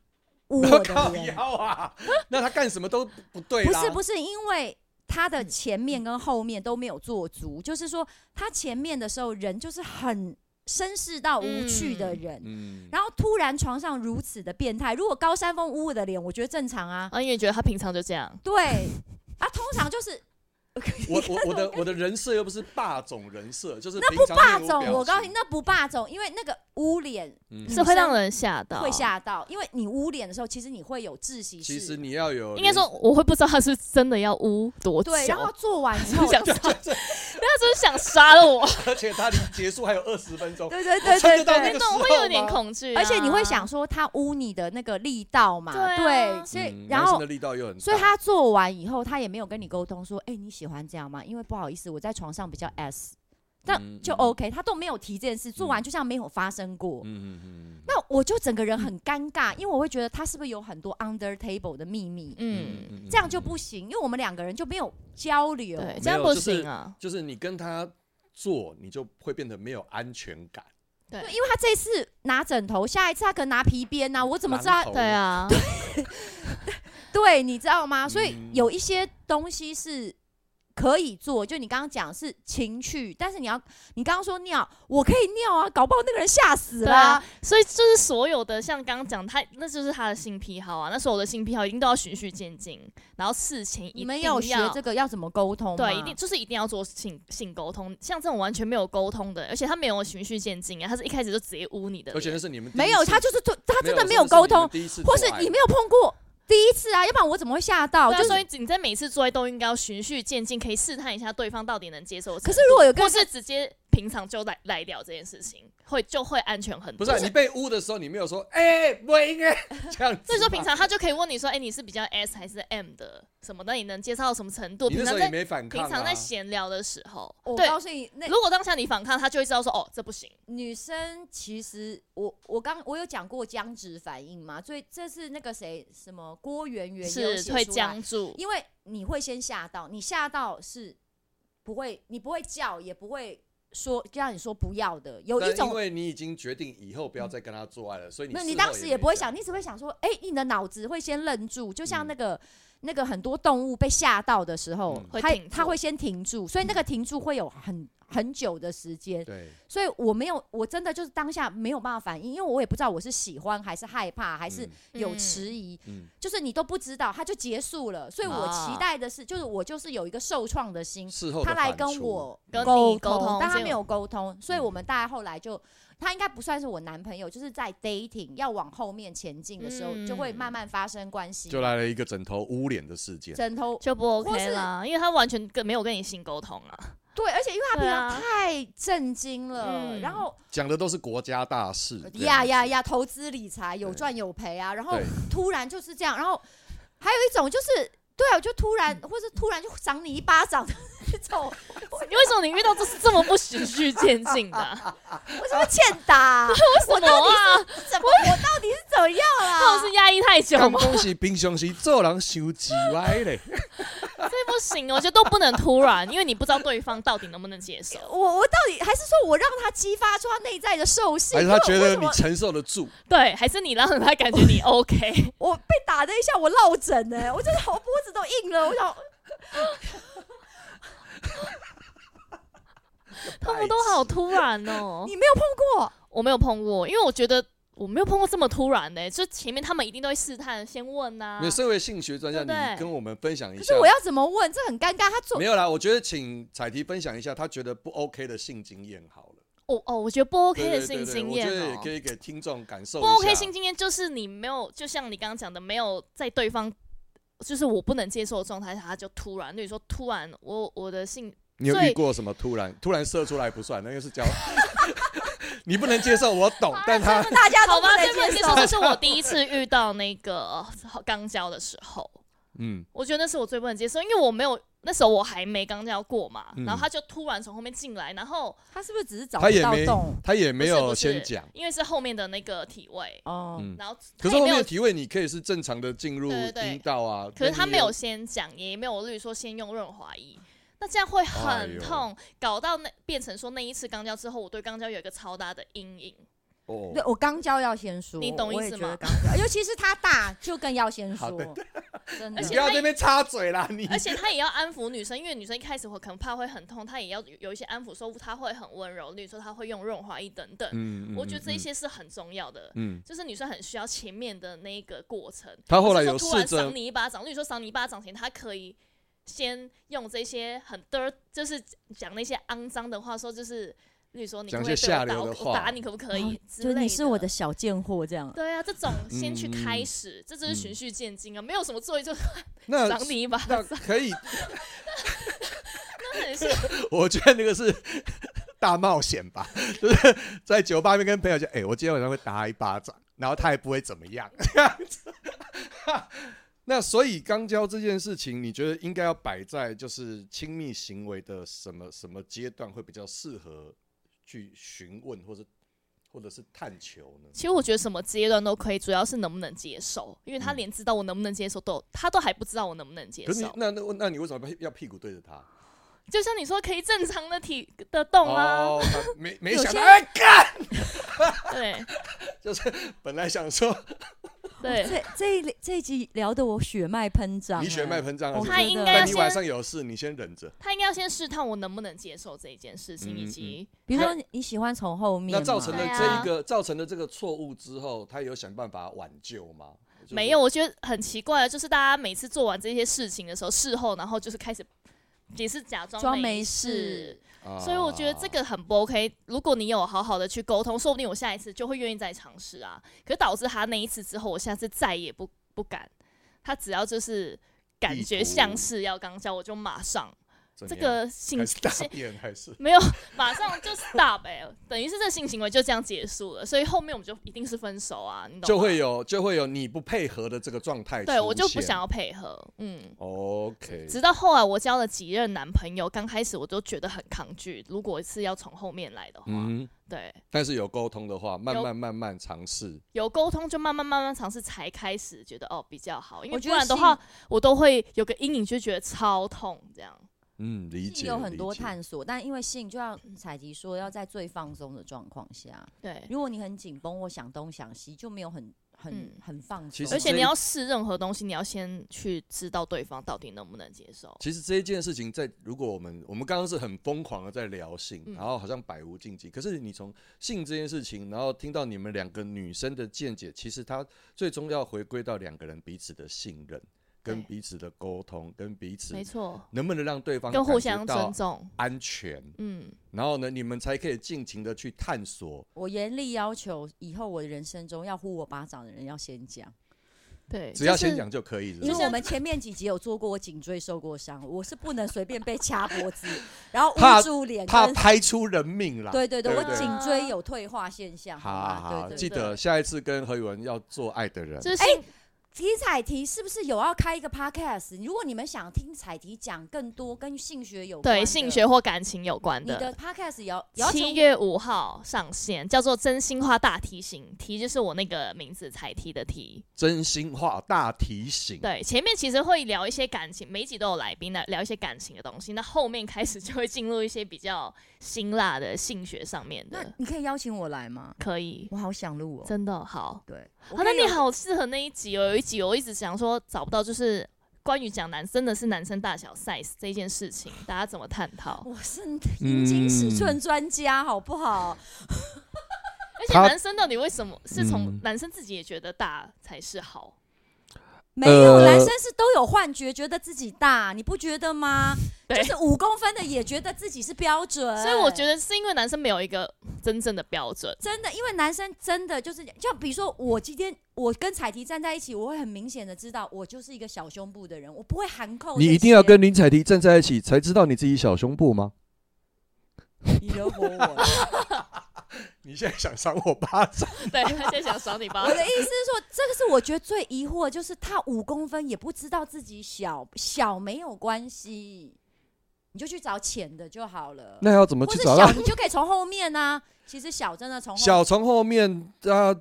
Speaker 3: 捂
Speaker 4: 还是。
Speaker 3: 我
Speaker 4: 靠
Speaker 3: 的
Speaker 4: *laughs*
Speaker 3: 脸，
Speaker 4: 腰啊！那他干什么都不对
Speaker 3: 不
Speaker 4: 啦。
Speaker 3: 是不是，因为他的前面跟后面都没有做足，就是说他前面的时候人就是很绅士到无趣的人，
Speaker 4: 嗯，
Speaker 3: 然后突然床上如此的变态，如果高山峰捂我的脸，我觉得正常啊，
Speaker 5: 啊，因为觉得他平常就这样，
Speaker 3: 对啊，通常就是
Speaker 4: 我我我的我的人设又不是霸总人设，就是
Speaker 3: 那
Speaker 4: 平
Speaker 3: 不
Speaker 4: 常
Speaker 3: 霸
Speaker 4: 面无
Speaker 3: 总，
Speaker 4: 表
Speaker 3: 我告诉你
Speaker 4: 情，
Speaker 3: 那不霸总，因为那个捂脸
Speaker 4: 嗯
Speaker 3: 女
Speaker 5: 是会让
Speaker 3: 生
Speaker 5: 人啊吓到，
Speaker 3: 会。吓到，因为你捂脸的时候，其实你会有窒息
Speaker 4: 其实
Speaker 3: 室。
Speaker 4: 你要有
Speaker 5: 应该说，我会不知道他是真的要污多久，
Speaker 3: 对，然
Speaker 5: *laughs*
Speaker 3: 后做完之
Speaker 5: 他
Speaker 3: 后，
Speaker 5: 想杀，他 *laughs* 就是想杀
Speaker 3: *laughs*
Speaker 5: 了我，
Speaker 4: *laughs* 而且他离结束还有二十分钟，
Speaker 3: 对对对对
Speaker 4: 撑得到那
Speaker 3: 对
Speaker 4: 个
Speaker 5: 那
Speaker 4: 时候
Speaker 5: 种会有点
Speaker 4: 吗
Speaker 5: 恐惧啊，
Speaker 3: 而且你会想说他污你的那个力道嘛，
Speaker 5: 对啊
Speaker 3: 对，所以、
Speaker 4: 嗯
Speaker 3: 然
Speaker 4: 男生
Speaker 3: 后
Speaker 4: 的力道又很大，
Speaker 3: 所以他做完以后，他也没有跟你沟通说，哎、你喜欢这样吗？因为不好意思，我在床上比较 S，但
Speaker 4: 嗯
Speaker 3: 就
Speaker 4: 嗯
Speaker 3: OK，他都没有提这件事，做完就像没有发生过。
Speaker 4: 嗯嗯嗯
Speaker 3: 那我就整个人很尴尬，因为我会觉得他是不是有很多 under table 的秘密？
Speaker 5: 嗯，
Speaker 4: 嗯
Speaker 3: 这样就不行，因为我们两个人就没有交流。
Speaker 5: 对，这
Speaker 4: 没
Speaker 5: 样
Speaker 4: 有
Speaker 5: 不
Speaker 4: 就是
Speaker 5: 行啊，
Speaker 4: 就是你跟他做，你就会变得没有安全感。
Speaker 5: 对
Speaker 3: 因为他这次拿枕头，下一次他可能拿皮鞭呐、我怎么知道
Speaker 4: 榔头
Speaker 5: 对
Speaker 3: *laughs*
Speaker 5: 啊，
Speaker 3: 对，你知道吗？所以
Speaker 4: 嗯
Speaker 3: 有一些东西是可以做，就你刚刚讲是情趣，但是你要，你刚刚说尿，我可以尿啊，搞不好那个人吓死
Speaker 5: 对
Speaker 3: 了、
Speaker 5: 啊，所以就是所有的像刚刚讲，他那就是他的性癖好啊，那所有的性癖好一定都要循序渐进，然后事情一
Speaker 3: 你
Speaker 5: 定
Speaker 3: 们有学
Speaker 5: 要
Speaker 3: 这个要怎么沟通吗？
Speaker 5: 对，一定就是一定要做性性沟通，像这种完全没有沟通的，而且他没有循序渐进啊，他是一开始就直接污你的
Speaker 4: 而且那
Speaker 5: 脸，
Speaker 4: 是你们第一
Speaker 3: 没有，
Speaker 4: 次
Speaker 3: 他就是他真的
Speaker 4: 没
Speaker 3: 没有沟通，
Speaker 4: 这是你们第一次
Speaker 3: 或是
Speaker 4: 做爱
Speaker 3: 你没有碰过第一次啊，要不然我怎么会吓到？
Speaker 5: 对啊
Speaker 3: 就
Speaker 5: 所
Speaker 3: 是，
Speaker 5: 以你在每次做爱都应该要循序渐进，可以试探一下对方到底能接受的程
Speaker 3: 可
Speaker 5: 度。
Speaker 3: 是如果有个
Speaker 5: 或是直接平常就来来聊这件事情，会就会安全很
Speaker 4: 不
Speaker 5: 多。
Speaker 4: 是啊、你被污的时候，你没有说哎，我
Speaker 3: *laughs*
Speaker 4: 应该这样子吧。
Speaker 5: 所以说平常他就可以问你说，哎、你是比较 S 还是 M 的什么？那你能接受到什么程度？
Speaker 4: 你那时
Speaker 5: 平常
Speaker 4: 候也
Speaker 5: 在
Speaker 4: 没反抗、啊，
Speaker 5: 平常在闲聊的时候，
Speaker 3: 我
Speaker 5: 对，
Speaker 3: 告诉你，那
Speaker 5: 如果当下你反抗，他就会知道说，哦，这不行。
Speaker 3: 女生其实我我刚我有讲过僵直反应嘛，所以这次那个谁什么郭媛媛也有
Speaker 5: 是
Speaker 3: 写
Speaker 5: 会
Speaker 3: 出来
Speaker 5: 僵住，
Speaker 3: 因为你会先吓到，你吓到是不会，你不会叫，也不会说让你说不要的，有
Speaker 4: 但
Speaker 3: 一种
Speaker 4: 因。为你已经决定以后不要再跟他做爱了，所以你
Speaker 3: 没有，
Speaker 4: 事
Speaker 3: 你
Speaker 4: 后
Speaker 3: 当时也
Speaker 4: 没
Speaker 3: 不会
Speaker 4: 讲
Speaker 3: 想，你只会想说，哎、你的脑子会先愣住，就像
Speaker 4: 嗯
Speaker 3: 那个、那个很多动物被吓到的时候，
Speaker 4: 嗯
Speaker 5: 会
Speaker 3: 它
Speaker 5: 停
Speaker 3: 它
Speaker 5: 住
Speaker 3: 会先停住，所以那个停住会有很很久的时间，
Speaker 4: 对，
Speaker 3: 所以我没有，我真的就是当下没有办法反应，因为我也不知道我是喜欢还是害怕还是
Speaker 4: 嗯
Speaker 3: 有
Speaker 5: 嗯
Speaker 3: 迟疑，
Speaker 4: 嗯
Speaker 3: 就是你都不知道，它就结束了。所以我
Speaker 5: 啊
Speaker 3: 期待的是，就是我就是有一个受创的心，
Speaker 4: 事后的
Speaker 3: 他来
Speaker 4: 反
Speaker 3: 跟
Speaker 4: 刍
Speaker 3: 我
Speaker 5: 跟你
Speaker 3: 沟
Speaker 5: 沟通
Speaker 3: 但他
Speaker 5: 这
Speaker 3: 没
Speaker 5: 样
Speaker 3: 有沟通，所以
Speaker 4: 嗯
Speaker 3: 我们大概后来就，他应该不算是我男朋友，就是在 dating 要往后面前进的时候，就会
Speaker 5: 嗯
Speaker 3: 慢慢发生关系，
Speaker 4: 就来了一个枕头捂脸的事件。
Speaker 3: 枕头
Speaker 5: 就不
Speaker 3: 或
Speaker 5: OK
Speaker 3: 是
Speaker 5: 啦，因为他完全跟没有跟你性沟通啊。
Speaker 3: 对，而且因为他
Speaker 5: 对
Speaker 3: 平常
Speaker 5: 啊
Speaker 3: 太震惊了，
Speaker 5: 嗯
Speaker 3: 然后
Speaker 4: 讲的都是国家
Speaker 3: *laughs*
Speaker 4: 大事。这样
Speaker 3: 呀
Speaker 4: 子
Speaker 3: 呀呀，投资理财有
Speaker 4: 对
Speaker 3: 赚有赔啊啊，然后 *laughs*
Speaker 4: 对
Speaker 3: 突然就是这样，然后还有一种就是。对啊，就突然，或是突然就赏你一巴掌的 *laughs* 那种，
Speaker 5: 你为什么你遇到这是这么不循序渐进
Speaker 3: *laughs*
Speaker 5: 的、啊？
Speaker 3: 我是不是欠打 *laughs* 啊、
Speaker 5: 为什么啊？
Speaker 3: 怎么？我到底是怎么样啊
Speaker 5: 那
Speaker 3: 啦 *laughs*
Speaker 5: 我？是压抑太久
Speaker 4: 刚
Speaker 5: 吗？
Speaker 4: 恭喜冰熊是做人修几歪哎
Speaker 3: *laughs*
Speaker 4: 嘞，
Speaker 5: 这不行，我觉得都不能突然，因为你不知道对方到底能不能接受。
Speaker 3: 我我到底还是说我让他激发出他内在的兽性？
Speaker 4: 还是他
Speaker 3: 因为
Speaker 4: 觉得
Speaker 3: 为什
Speaker 4: 你
Speaker 3: 么
Speaker 4: 承受得住？
Speaker 5: 对，还是你让他感觉你
Speaker 3: *laughs*
Speaker 5: OK，
Speaker 3: 我被打了一下，我落枕呢、我真的我脖子都硬了，我想
Speaker 5: 他们都好突然哦、
Speaker 3: 你没有碰过，
Speaker 5: 我没有碰过，因为我觉得我没有碰过这么突然的、欸就前面他们一定都会试探，先问啊
Speaker 3: 啊
Speaker 5: 呐、
Speaker 4: 你身为性学专家，
Speaker 5: 对不对
Speaker 4: 你跟我们分享一
Speaker 3: 可
Speaker 4: 下
Speaker 3: 是。我要怎么问？这很尴尬。他做
Speaker 4: 没有啦，我觉得请彩提分享一下他觉得不 OK 的性经验好了。
Speaker 5: 哦哦，我觉得不 OK
Speaker 4: 对
Speaker 5: 的
Speaker 4: 对对
Speaker 5: 性
Speaker 4: 对
Speaker 5: 经
Speaker 4: 我
Speaker 5: 验、
Speaker 4: 觉得也
Speaker 5: 哦。
Speaker 4: 可以给听众感受一
Speaker 5: 不
Speaker 4: 下。
Speaker 5: OK 性经验就是你没有，就像你刚刚讲的，没有在对方就是我不能接受的状态下，他就突然，例如说突然我我的性
Speaker 4: 你有
Speaker 5: 所以
Speaker 4: 遇过什么突然突然射出来不算，那个是叫 *laughs* 你不能接受，我
Speaker 5: *laughs*
Speaker 4: 懂，但
Speaker 5: 啊
Speaker 4: 他
Speaker 3: 大家
Speaker 5: 好
Speaker 3: 都不
Speaker 5: 吧，
Speaker 3: 能
Speaker 5: 这不能
Speaker 3: 接
Speaker 5: 接
Speaker 3: 受
Speaker 5: 受，，这是我第一次遇到那个呃刚交的时候，
Speaker 4: 嗯
Speaker 5: 我觉得那是我最不能接受，因为我没有那时候我还没刚要过嘛，
Speaker 4: 嗯
Speaker 5: 然后他就突然从后面进来，然后
Speaker 3: 他是不是只是找
Speaker 4: 他
Speaker 3: 不
Speaker 4: 也
Speaker 3: 到
Speaker 4: 没
Speaker 3: 洞？
Speaker 4: 他也没
Speaker 5: 不
Speaker 4: 有
Speaker 5: 是不是
Speaker 4: 先讲，
Speaker 5: 因为是后面的那个体位，
Speaker 3: 哦，
Speaker 4: 嗯，
Speaker 5: 然后
Speaker 4: 可
Speaker 5: 他
Speaker 4: 是
Speaker 5: 也
Speaker 4: 后
Speaker 5: 没
Speaker 4: 面
Speaker 5: 有，
Speaker 4: 体位你可以是正常的进入
Speaker 5: 对对对
Speaker 4: 阴道啊，
Speaker 5: 可是他
Speaker 4: 那你
Speaker 5: 没
Speaker 4: 也
Speaker 5: 有先讲，也没有例如说先用润滑液。那这样会
Speaker 4: 哎
Speaker 5: 很
Speaker 4: 呦
Speaker 5: 痛，搞到那变成说那一次肛交之后，我对肛交有一个超大的
Speaker 4: *laughs*
Speaker 5: 阴影。
Speaker 4: 哦
Speaker 3: 对，我刚交要先说，
Speaker 5: 你懂
Speaker 3: 我
Speaker 5: 意
Speaker 3: 也
Speaker 5: 思
Speaker 3: 觉得
Speaker 5: 吗
Speaker 3: 刚交，尤其是他大，就更要先
Speaker 4: 好
Speaker 3: 说
Speaker 4: 的，哎
Speaker 3: 真的
Speaker 4: *laughs*
Speaker 5: 而
Speaker 4: 你
Speaker 5: 且
Speaker 4: 不
Speaker 5: 他
Speaker 4: 要
Speaker 5: 也
Speaker 4: 这边插嘴啦，你
Speaker 5: 而且他也要安抚女生，因为女生一开始会可能怕会很痛，他也要有有一些安抚，说他会很温柔，例如说他会用润滑液等等。
Speaker 4: 嗯
Speaker 5: *laughs* 我觉得这一，些是很重要的，
Speaker 4: 嗯，
Speaker 5: 就是女生很需要前面的那一个过程。
Speaker 4: 他后来
Speaker 5: 不
Speaker 4: 有
Speaker 5: 是说突
Speaker 4: 试
Speaker 5: 然
Speaker 4: 着
Speaker 5: 赏你一巴掌，例如说赏你一巴掌前，他可以先用这些很嘚，就是讲那些肮脏的话，说就是，例如说你可
Speaker 4: 讲
Speaker 5: 不
Speaker 4: 一
Speaker 5: 可以
Speaker 4: 些
Speaker 5: 对
Speaker 4: 下
Speaker 5: 我
Speaker 4: 流
Speaker 5: 打
Speaker 4: 的
Speaker 5: 我，
Speaker 4: 话
Speaker 5: 我打你可不可以
Speaker 3: 哦
Speaker 5: 之
Speaker 3: 就
Speaker 5: 类
Speaker 3: 你是我的小贱货这样。
Speaker 5: 对啊，这种先去
Speaker 4: 嗯
Speaker 5: 开始，这就是循序渐进啊，没有什么作
Speaker 4: *laughs*
Speaker 5: 业就
Speaker 4: 那
Speaker 5: 赏你一巴
Speaker 4: 那
Speaker 5: 掌，
Speaker 4: 可以，
Speaker 5: 那很像
Speaker 4: *laughs* 我觉得那个是 *laughs* 大冒险吧，就是在酒吧里面跟朋友讲，哎、我今天晚上会打他一巴掌，然后他也不会怎么样。 *laughs* 这样子那所以肛交这件事情，你觉得应该要摆在就是亲密行为的什么什么阶段会比较适合去询问或者或者是探求呢？
Speaker 5: 其实我觉得什么阶段都可以，主要是能不能接受，因为他连知道我能不能接受都，他都还不知道我能不能接
Speaker 4: 嗯可是你
Speaker 5: 受。
Speaker 4: 那那那你为什么要屁股对着他？
Speaker 5: 就像你说，可以正常的体的动啊，
Speaker 4: 哦，他没没
Speaker 3: 有
Speaker 4: 想
Speaker 3: 些
Speaker 4: 到，哎干，
Speaker 5: 对
Speaker 4: 本来想说
Speaker 3: *laughs*
Speaker 5: 对，
Speaker 3: 这这一类这一集聊的我血脉喷张，
Speaker 4: 你血脉喷张
Speaker 3: 哎，
Speaker 4: 还
Speaker 3: 我
Speaker 4: 是
Speaker 5: 他
Speaker 3: 觉
Speaker 5: 应
Speaker 3: 得
Speaker 5: 该要
Speaker 4: 但
Speaker 5: 先
Speaker 4: 你晚上有事，你先忍着。
Speaker 5: 他应该要先试探我能不能接受这一件事情，
Speaker 4: 嗯
Speaker 5: 以及
Speaker 3: 比如说你喜欢从后面嘛，
Speaker 4: 那造成了
Speaker 5: 对啊
Speaker 4: 这一个、造成了这个错误之后，他有想办法挽救吗？就是
Speaker 5: 没有，，我觉得很奇怪，啊就是大家每次做完这些事情的时候，事后然后就是开始也是假
Speaker 3: 装
Speaker 5: 装
Speaker 3: 没
Speaker 5: 事
Speaker 3: 事。
Speaker 4: 啊
Speaker 5: 所以我觉得这个很不 OK。如果你有好好的去沟通，说不定我下一次就会愿意再尝试啊。可是导致他那一次之后，我下次再也不不敢。他只要就是感
Speaker 4: 意
Speaker 5: 觉
Speaker 4: 图
Speaker 5: 像是要刚交，我就马上
Speaker 4: 怎
Speaker 5: 这
Speaker 4: 样
Speaker 5: 个性
Speaker 4: 还是大
Speaker 5: 性
Speaker 4: 便还是
Speaker 5: 没有 *laughs* 马上就 stop 哎、等于是这性行为就这样结束了。所以后面我们就一定是分手啊，你懂吗？
Speaker 4: 就会有就会有你不配合的这个状态出现。
Speaker 5: 对我就不想要配合，嗯。
Speaker 4: OK，
Speaker 5: 直到后来我交了几任男朋友，刚开始我都觉得很抗拒。如果是要从后面来的话，
Speaker 4: 嗯，
Speaker 5: 对，
Speaker 4: 但是有沟通的话，慢
Speaker 5: 啊有
Speaker 4: 慢慢慢尝试。
Speaker 5: 有沟通就慢慢慢慢尝试，才开始觉得哦比较好，因为
Speaker 3: 我觉
Speaker 5: 不
Speaker 3: 得
Speaker 5: 然的
Speaker 3: 性
Speaker 5: 话，我都会有个阴影，就觉得超痛这样。
Speaker 4: 嗯，理
Speaker 3: 性
Speaker 4: 解。
Speaker 3: 有很多
Speaker 4: 理解
Speaker 3: 探索，但因为性就像采集说，要在最放松的状况下，
Speaker 4: 嗯
Speaker 5: 对，
Speaker 3: 如果你很紧绷或想东想西，就没有很很、
Speaker 5: 嗯
Speaker 3: 很放松。
Speaker 4: 其实
Speaker 5: 而且
Speaker 4: 这
Speaker 5: 你
Speaker 4: 一
Speaker 5: 要试任何东西，你要先去知道对方到底能不能接受。
Speaker 4: 其实这一件事情在，如果我们我们刚刚是很疯狂的在聊性，
Speaker 5: 嗯
Speaker 4: 然后好像百无禁忌。可是你从性这件事情，然后听到你们两个女生的见解，其实它最终要回归到两个人彼此的信任、跟
Speaker 5: 对
Speaker 4: 彼此的沟通、跟彼此
Speaker 5: 没错，
Speaker 4: 能不能让对方
Speaker 5: 跟互
Speaker 4: 感觉
Speaker 5: 相
Speaker 4: 到
Speaker 5: 尊重。
Speaker 4: 安全，
Speaker 5: 嗯，
Speaker 4: 然后呢，你们才可以尽情的去探索。
Speaker 3: 我严厉要求，以后我的人生中要呼我巴掌的人要先讲，
Speaker 5: 对，
Speaker 4: 只要
Speaker 5: 就是
Speaker 4: 先讲就可以了。
Speaker 3: 因
Speaker 5: 像
Speaker 3: 为我们前面几集有做过，我颈椎受过伤，我是不能随便被掐脖
Speaker 4: *laughs*
Speaker 3: 子，然后
Speaker 4: 怕
Speaker 3: 捂住脸跟，
Speaker 4: 怕拍出人命啦。
Speaker 3: 对对对，
Speaker 4: 对
Speaker 3: 我
Speaker 4: 对
Speaker 3: 颈椎有退化现象，
Speaker 4: 好
Speaker 3: 吗
Speaker 4: 好好，
Speaker 3: 对
Speaker 4: 记
Speaker 3: 对对。
Speaker 4: 得下一次跟何宇文要做爱的人，
Speaker 5: 就是
Speaker 3: 哎
Speaker 5: 性
Speaker 3: 题彩题是不是有要开一个 podcast？如果你们想听彩题讲更多跟性学有关
Speaker 5: 对
Speaker 3: 的
Speaker 5: 性学或感情有关
Speaker 3: 你的 podcast 也要也要
Speaker 5: 七
Speaker 3: 成
Speaker 5: 月五号上线，叫做《真心话大提醒》，提就是我那个名字才提的提。
Speaker 4: 真心话大提醒。
Speaker 5: 对，前面其实会聊一些感情，每一集都有来宾来聊一些感情的东西，那后面开始就 *laughs* 会进入一些比较辛辣的性学上面
Speaker 3: 那
Speaker 5: 的，
Speaker 3: 你可以邀请我来吗？
Speaker 5: 可以，
Speaker 3: 我好想录哦。
Speaker 5: 真的好。
Speaker 3: 对，
Speaker 5: 好，那你，好适合那一集哦，有一集我一直想说找不到，就是关于讲男真的是男生大小 size 这件事情，大家怎么探讨？
Speaker 3: 我是阴茎尺寸专家，好不
Speaker 4: 嗯
Speaker 3: 好？
Speaker 5: 而且
Speaker 4: 他
Speaker 5: 男生到底为什么是从
Speaker 4: 嗯
Speaker 5: 男生自己也觉得大才是好？
Speaker 3: 没有，男生是都有幻觉，觉得自己大，你不觉得吗？
Speaker 5: 对
Speaker 3: 就是五公分的也觉得自己是标准，
Speaker 5: 所以我觉
Speaker 3: 得。
Speaker 5: 得是因为男生没有一个真正的
Speaker 3: *laughs*
Speaker 5: 标准，
Speaker 3: 真的，因为男生真的就是，就比如说我今天我跟彩提站在一起，我会很明显的知道我就是一个小胸部的人，我不会含扣这
Speaker 4: 你
Speaker 3: 些。
Speaker 4: 一定要跟林采缇站在一起，才知道你自己小胸部吗？
Speaker 3: 你惹火我了，
Speaker 4: 你现在想赏我巴掌？
Speaker 5: 对他现在想赏你巴
Speaker 3: 我
Speaker 5: 掌
Speaker 3: 的，意思是说，这个是我觉得最疑惑，就是他五公分也不知道自己小小没有关系，你就去找浅的就好了，
Speaker 4: *laughs* 那要怎么
Speaker 3: 或
Speaker 4: 去
Speaker 3: 是
Speaker 4: 找
Speaker 3: 小
Speaker 4: 到
Speaker 3: 你就可以从后面啊。其实小真的从后
Speaker 4: 小从后面啊？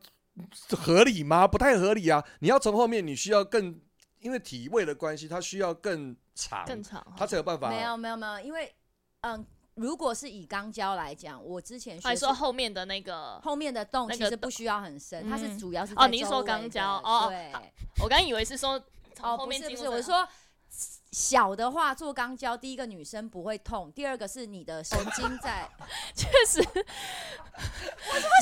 Speaker 4: 合理吗？不太合理啊！你要从后面，你需要更，因为体位的关系，它需要更长，
Speaker 5: 更长。
Speaker 4: 它才有办法。
Speaker 3: 没有没有没有，因为嗯，如果是以钢胶来讲，我之前
Speaker 5: 还
Speaker 3: 学是
Speaker 5: 说后面的那个，
Speaker 3: 后面的洞
Speaker 5: 那
Speaker 3: 其
Speaker 5: 个
Speaker 3: 实不需要很深，它是
Speaker 5: 嗯
Speaker 3: 主要是
Speaker 5: 哦
Speaker 3: 在
Speaker 5: 你是
Speaker 3: 周
Speaker 5: 说
Speaker 3: 围
Speaker 5: 钢
Speaker 3: 的
Speaker 5: 胶哦哦
Speaker 3: 对
Speaker 5: 好我刚以为是说 *laughs* 从
Speaker 3: 哦，
Speaker 5: 后
Speaker 3: 不
Speaker 5: 面
Speaker 3: 是
Speaker 5: 经
Speaker 3: 不
Speaker 5: 过
Speaker 3: 是，
Speaker 5: 这
Speaker 3: 我
Speaker 5: 个
Speaker 3: 说小的话做钢胶，第一个女生不会痛，第二个是你的神经
Speaker 4: *laughs*
Speaker 3: 在，
Speaker 5: 确实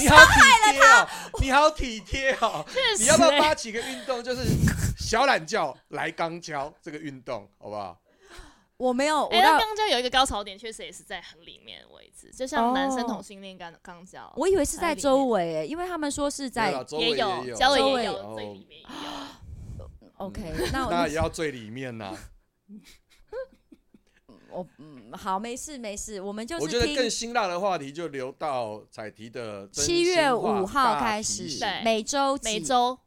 Speaker 4: 你好体贴哦，你好体贴哦。
Speaker 5: 确实，哎
Speaker 4: 你要不要发起一个运动，就是 *laughs* 小懒觉来钢胶这个运动，好不好？
Speaker 3: 我没有，我
Speaker 5: 哎、那
Speaker 3: 到
Speaker 5: 钢胶有一个高潮点，确实也是在很里面的位置，就像男生
Speaker 3: 哦
Speaker 5: 同性恋钢钢胶，
Speaker 3: 我以为是在周围、欸，因为他们说是
Speaker 4: 没有啦
Speaker 3: 在
Speaker 4: 周围
Speaker 5: 也
Speaker 4: 有，
Speaker 5: 交尾
Speaker 3: 周
Speaker 5: 也
Speaker 3: 围
Speaker 5: 有，最
Speaker 4: 哦
Speaker 5: 里面也有。
Speaker 3: OK，那
Speaker 4: *laughs* 那也
Speaker 3: 我
Speaker 4: 要最里面呐、
Speaker 3: 我嗯好，没事没事，我们就
Speaker 4: 我觉
Speaker 3: 是
Speaker 4: 得更
Speaker 3: 听
Speaker 4: 辛辣的话题就留到彩题的真
Speaker 3: 七月
Speaker 4: 心话
Speaker 3: 五号
Speaker 4: 大
Speaker 3: 开
Speaker 4: 提
Speaker 3: 始
Speaker 4: 醒，
Speaker 5: 对
Speaker 3: 每周几
Speaker 5: 每周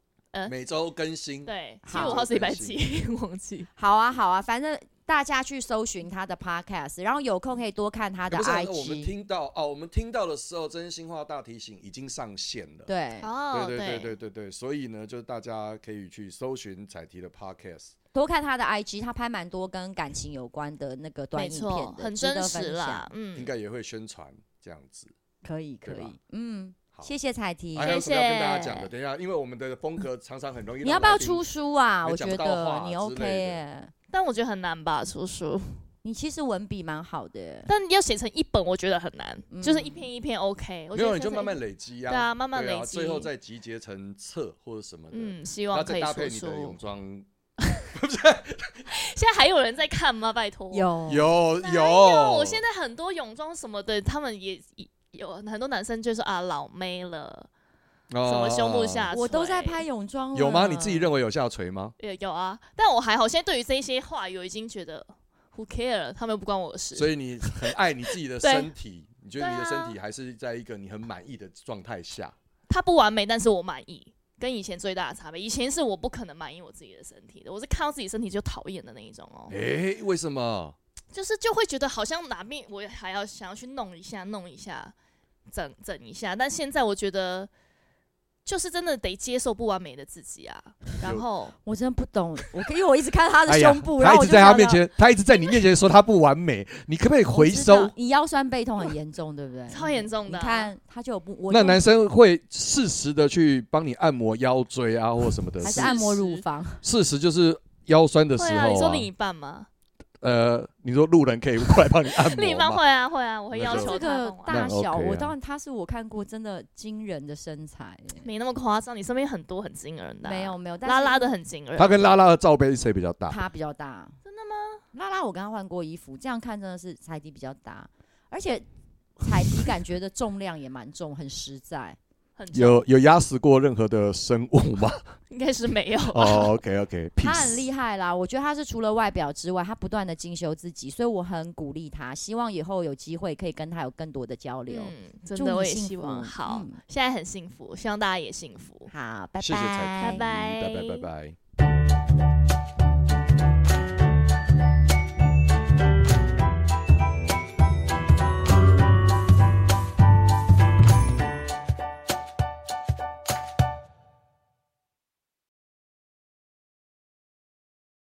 Speaker 4: 每周更新。
Speaker 5: 对，七
Speaker 3: 好
Speaker 5: 五号是礼拜几？ *laughs* 忘记。
Speaker 3: 好啊好啊，反正大家去搜寻他的 Podcast，然后有空可以多看他的
Speaker 4: 不是、啊我们
Speaker 3: IG，
Speaker 4: 听到哦，我们听到的时候，真心话大提醒已经上线了。
Speaker 3: 对，
Speaker 5: 哦
Speaker 4: 对对对对对，所以呢，就是大家可以去搜寻彩题的 podcast。
Speaker 3: 多看他的 IG，他拍蛮多跟感情有关的那个短
Speaker 5: 没
Speaker 3: 影片
Speaker 5: 错，
Speaker 3: 的，
Speaker 5: 很
Speaker 3: 值得
Speaker 5: 真实
Speaker 3: 分
Speaker 5: 啦
Speaker 3: 享。，
Speaker 4: 应
Speaker 5: 嗯，
Speaker 4: 该也会宣传这样子。
Speaker 3: 可以可
Speaker 4: 对吧
Speaker 3: 以，嗯，
Speaker 4: 好哎
Speaker 3: 谢谢彩题。
Speaker 4: 还有什么要跟大家
Speaker 5: 谢谢
Speaker 4: 讲的？等一下，因为我们的风格常常很容易。
Speaker 3: 你要不要出？
Speaker 4: *laughs*
Speaker 3: 书啊？
Speaker 4: 也
Speaker 3: 我
Speaker 4: 讲
Speaker 3: 觉
Speaker 4: 不到话
Speaker 3: 得你
Speaker 4: 之
Speaker 3: OK，、
Speaker 4: 类的
Speaker 3: 欸、
Speaker 5: 但我觉得很难吧，
Speaker 4: 嗯
Speaker 5: 叔叔。
Speaker 3: 你其实文笔蛮好的欸、
Speaker 5: 但要写成一本，我觉得很难，
Speaker 3: 嗯
Speaker 5: 就是一篇一篇 OK。我
Speaker 4: 没
Speaker 5: 觉
Speaker 4: 有，
Speaker 5: 得
Speaker 4: 你就
Speaker 5: 写成
Speaker 4: 慢慢
Speaker 5: 一
Speaker 4: 累积
Speaker 5: 对
Speaker 4: 啊。
Speaker 5: 啊，慢慢
Speaker 4: 对
Speaker 5: 累
Speaker 4: 啊，
Speaker 5: 积，
Speaker 4: 最后再集结成册或者什么的，
Speaker 5: 嗯，希
Speaker 4: 然后
Speaker 5: 望可
Speaker 4: 再
Speaker 5: 以
Speaker 4: 搭配
Speaker 5: 出
Speaker 4: 你的
Speaker 5: 书
Speaker 4: 泳。装。
Speaker 5: 现在还有人在看吗？拜托，
Speaker 3: 有
Speaker 4: 有
Speaker 5: 哪
Speaker 4: 有，
Speaker 5: 我现在很多泳装什么的，他们也也有很多男生就说啊老妹了，
Speaker 4: 在
Speaker 5: 什么胸部下垂，
Speaker 3: 我都在拍泳装了，
Speaker 4: 哦有吗？你自己认为有下垂吗？
Speaker 5: 有有啊，但我还好，现在对于这些话语我已经觉得 who care 了，他们又不关我的事。
Speaker 4: 所以你很爱你自己
Speaker 3: *laughs*
Speaker 4: 的
Speaker 5: 对
Speaker 4: 身体，你觉得你的
Speaker 5: 对啊
Speaker 4: 身体还是在一个你很满意的状态下？
Speaker 5: 它不完美，但是我满意，跟以前最大的差别，以前是我不可能满意我自己的身体的，我是看到自己身体就讨厌的那一种哦，
Speaker 4: 诶，为什么？
Speaker 5: 就是就会觉得好像哪边我还要想要去弄一下，弄一下，整整一下，但现在我觉得。就是真的得接受不完美的自己
Speaker 4: *laughs*
Speaker 5: 啊，然后
Speaker 3: 我真的不懂，我因为我一直看他的
Speaker 4: 哎呀
Speaker 3: 胸部，然
Speaker 4: 他
Speaker 3: 后
Speaker 4: 一
Speaker 3: 我
Speaker 4: 直
Speaker 3: 就
Speaker 4: 在他
Speaker 3: 想
Speaker 4: 面
Speaker 3: 到
Speaker 4: 前，他一直在你面前说他不完美，你可不可以回
Speaker 3: 我知
Speaker 4: 收
Speaker 3: 道？你腰酸背痛很严重，对不对？
Speaker 5: *laughs* 超严重
Speaker 3: 你
Speaker 5: 的啊、
Speaker 3: 看他就有不，我
Speaker 4: 那
Speaker 3: 就
Speaker 4: 男生会适时的去帮你按摩腰椎啊，或什么的。
Speaker 3: 还是
Speaker 4: 适
Speaker 3: 按摩
Speaker 5: 事
Speaker 3: 乳
Speaker 5: 实
Speaker 3: 房，
Speaker 4: 适时就是腰酸的时
Speaker 5: 会
Speaker 4: 候
Speaker 5: 啊，你说另一
Speaker 4: *laughs*
Speaker 5: 半吗？
Speaker 4: 呃，你说路人可以过来帮你
Speaker 3: *laughs*
Speaker 4: 按
Speaker 5: 另一
Speaker 4: 摩
Speaker 5: 半
Speaker 4: 吗？
Speaker 5: 会啊会啊，我会
Speaker 4: 那
Speaker 5: 要
Speaker 4: 就
Speaker 5: 求
Speaker 3: 这
Speaker 5: 他
Speaker 3: 个
Speaker 5: 帮我按
Speaker 3: 大
Speaker 4: 那
Speaker 3: 小，
Speaker 4: OK 啊
Speaker 3: 我当然他是我看过真的惊人的身材欸、
Speaker 5: 没那么夸张，你身边很多很惊人的、啊
Speaker 3: 没有，没有，但
Speaker 5: 拉
Speaker 3: 是
Speaker 5: 拉的很惊人。
Speaker 4: 他跟拉拉的罩杯谁比较大？
Speaker 3: 他比较大，
Speaker 5: 真的吗？
Speaker 3: 拉拉我跟他换过衣服，这样看真的是彩迪比较大，而且彩迪感觉的重量也蛮重，很实在。
Speaker 4: *laughs*
Speaker 5: 很重
Speaker 4: 有有压死过任何的生物吗？
Speaker 5: 应该
Speaker 4: *laughs*
Speaker 5: 是没有。
Speaker 4: 哦，OK OK，
Speaker 3: 他很厉害啦，我觉得他是除了外表之外，他不断的进修自己，所以我很鼓励他，希望以后有机会可以跟他有更多的交流。
Speaker 5: 嗯，真
Speaker 3: 祝
Speaker 5: 的
Speaker 3: 你
Speaker 5: 我也
Speaker 3: 幸
Speaker 5: 希
Speaker 3: 福
Speaker 5: 望。好
Speaker 3: 嗯，
Speaker 5: 现在很幸福，希望大家也幸福。
Speaker 3: 好，拜拜，
Speaker 4: 谢谢彩
Speaker 5: 拜
Speaker 4: 题
Speaker 5: 拜
Speaker 4: 拜拜拜拜。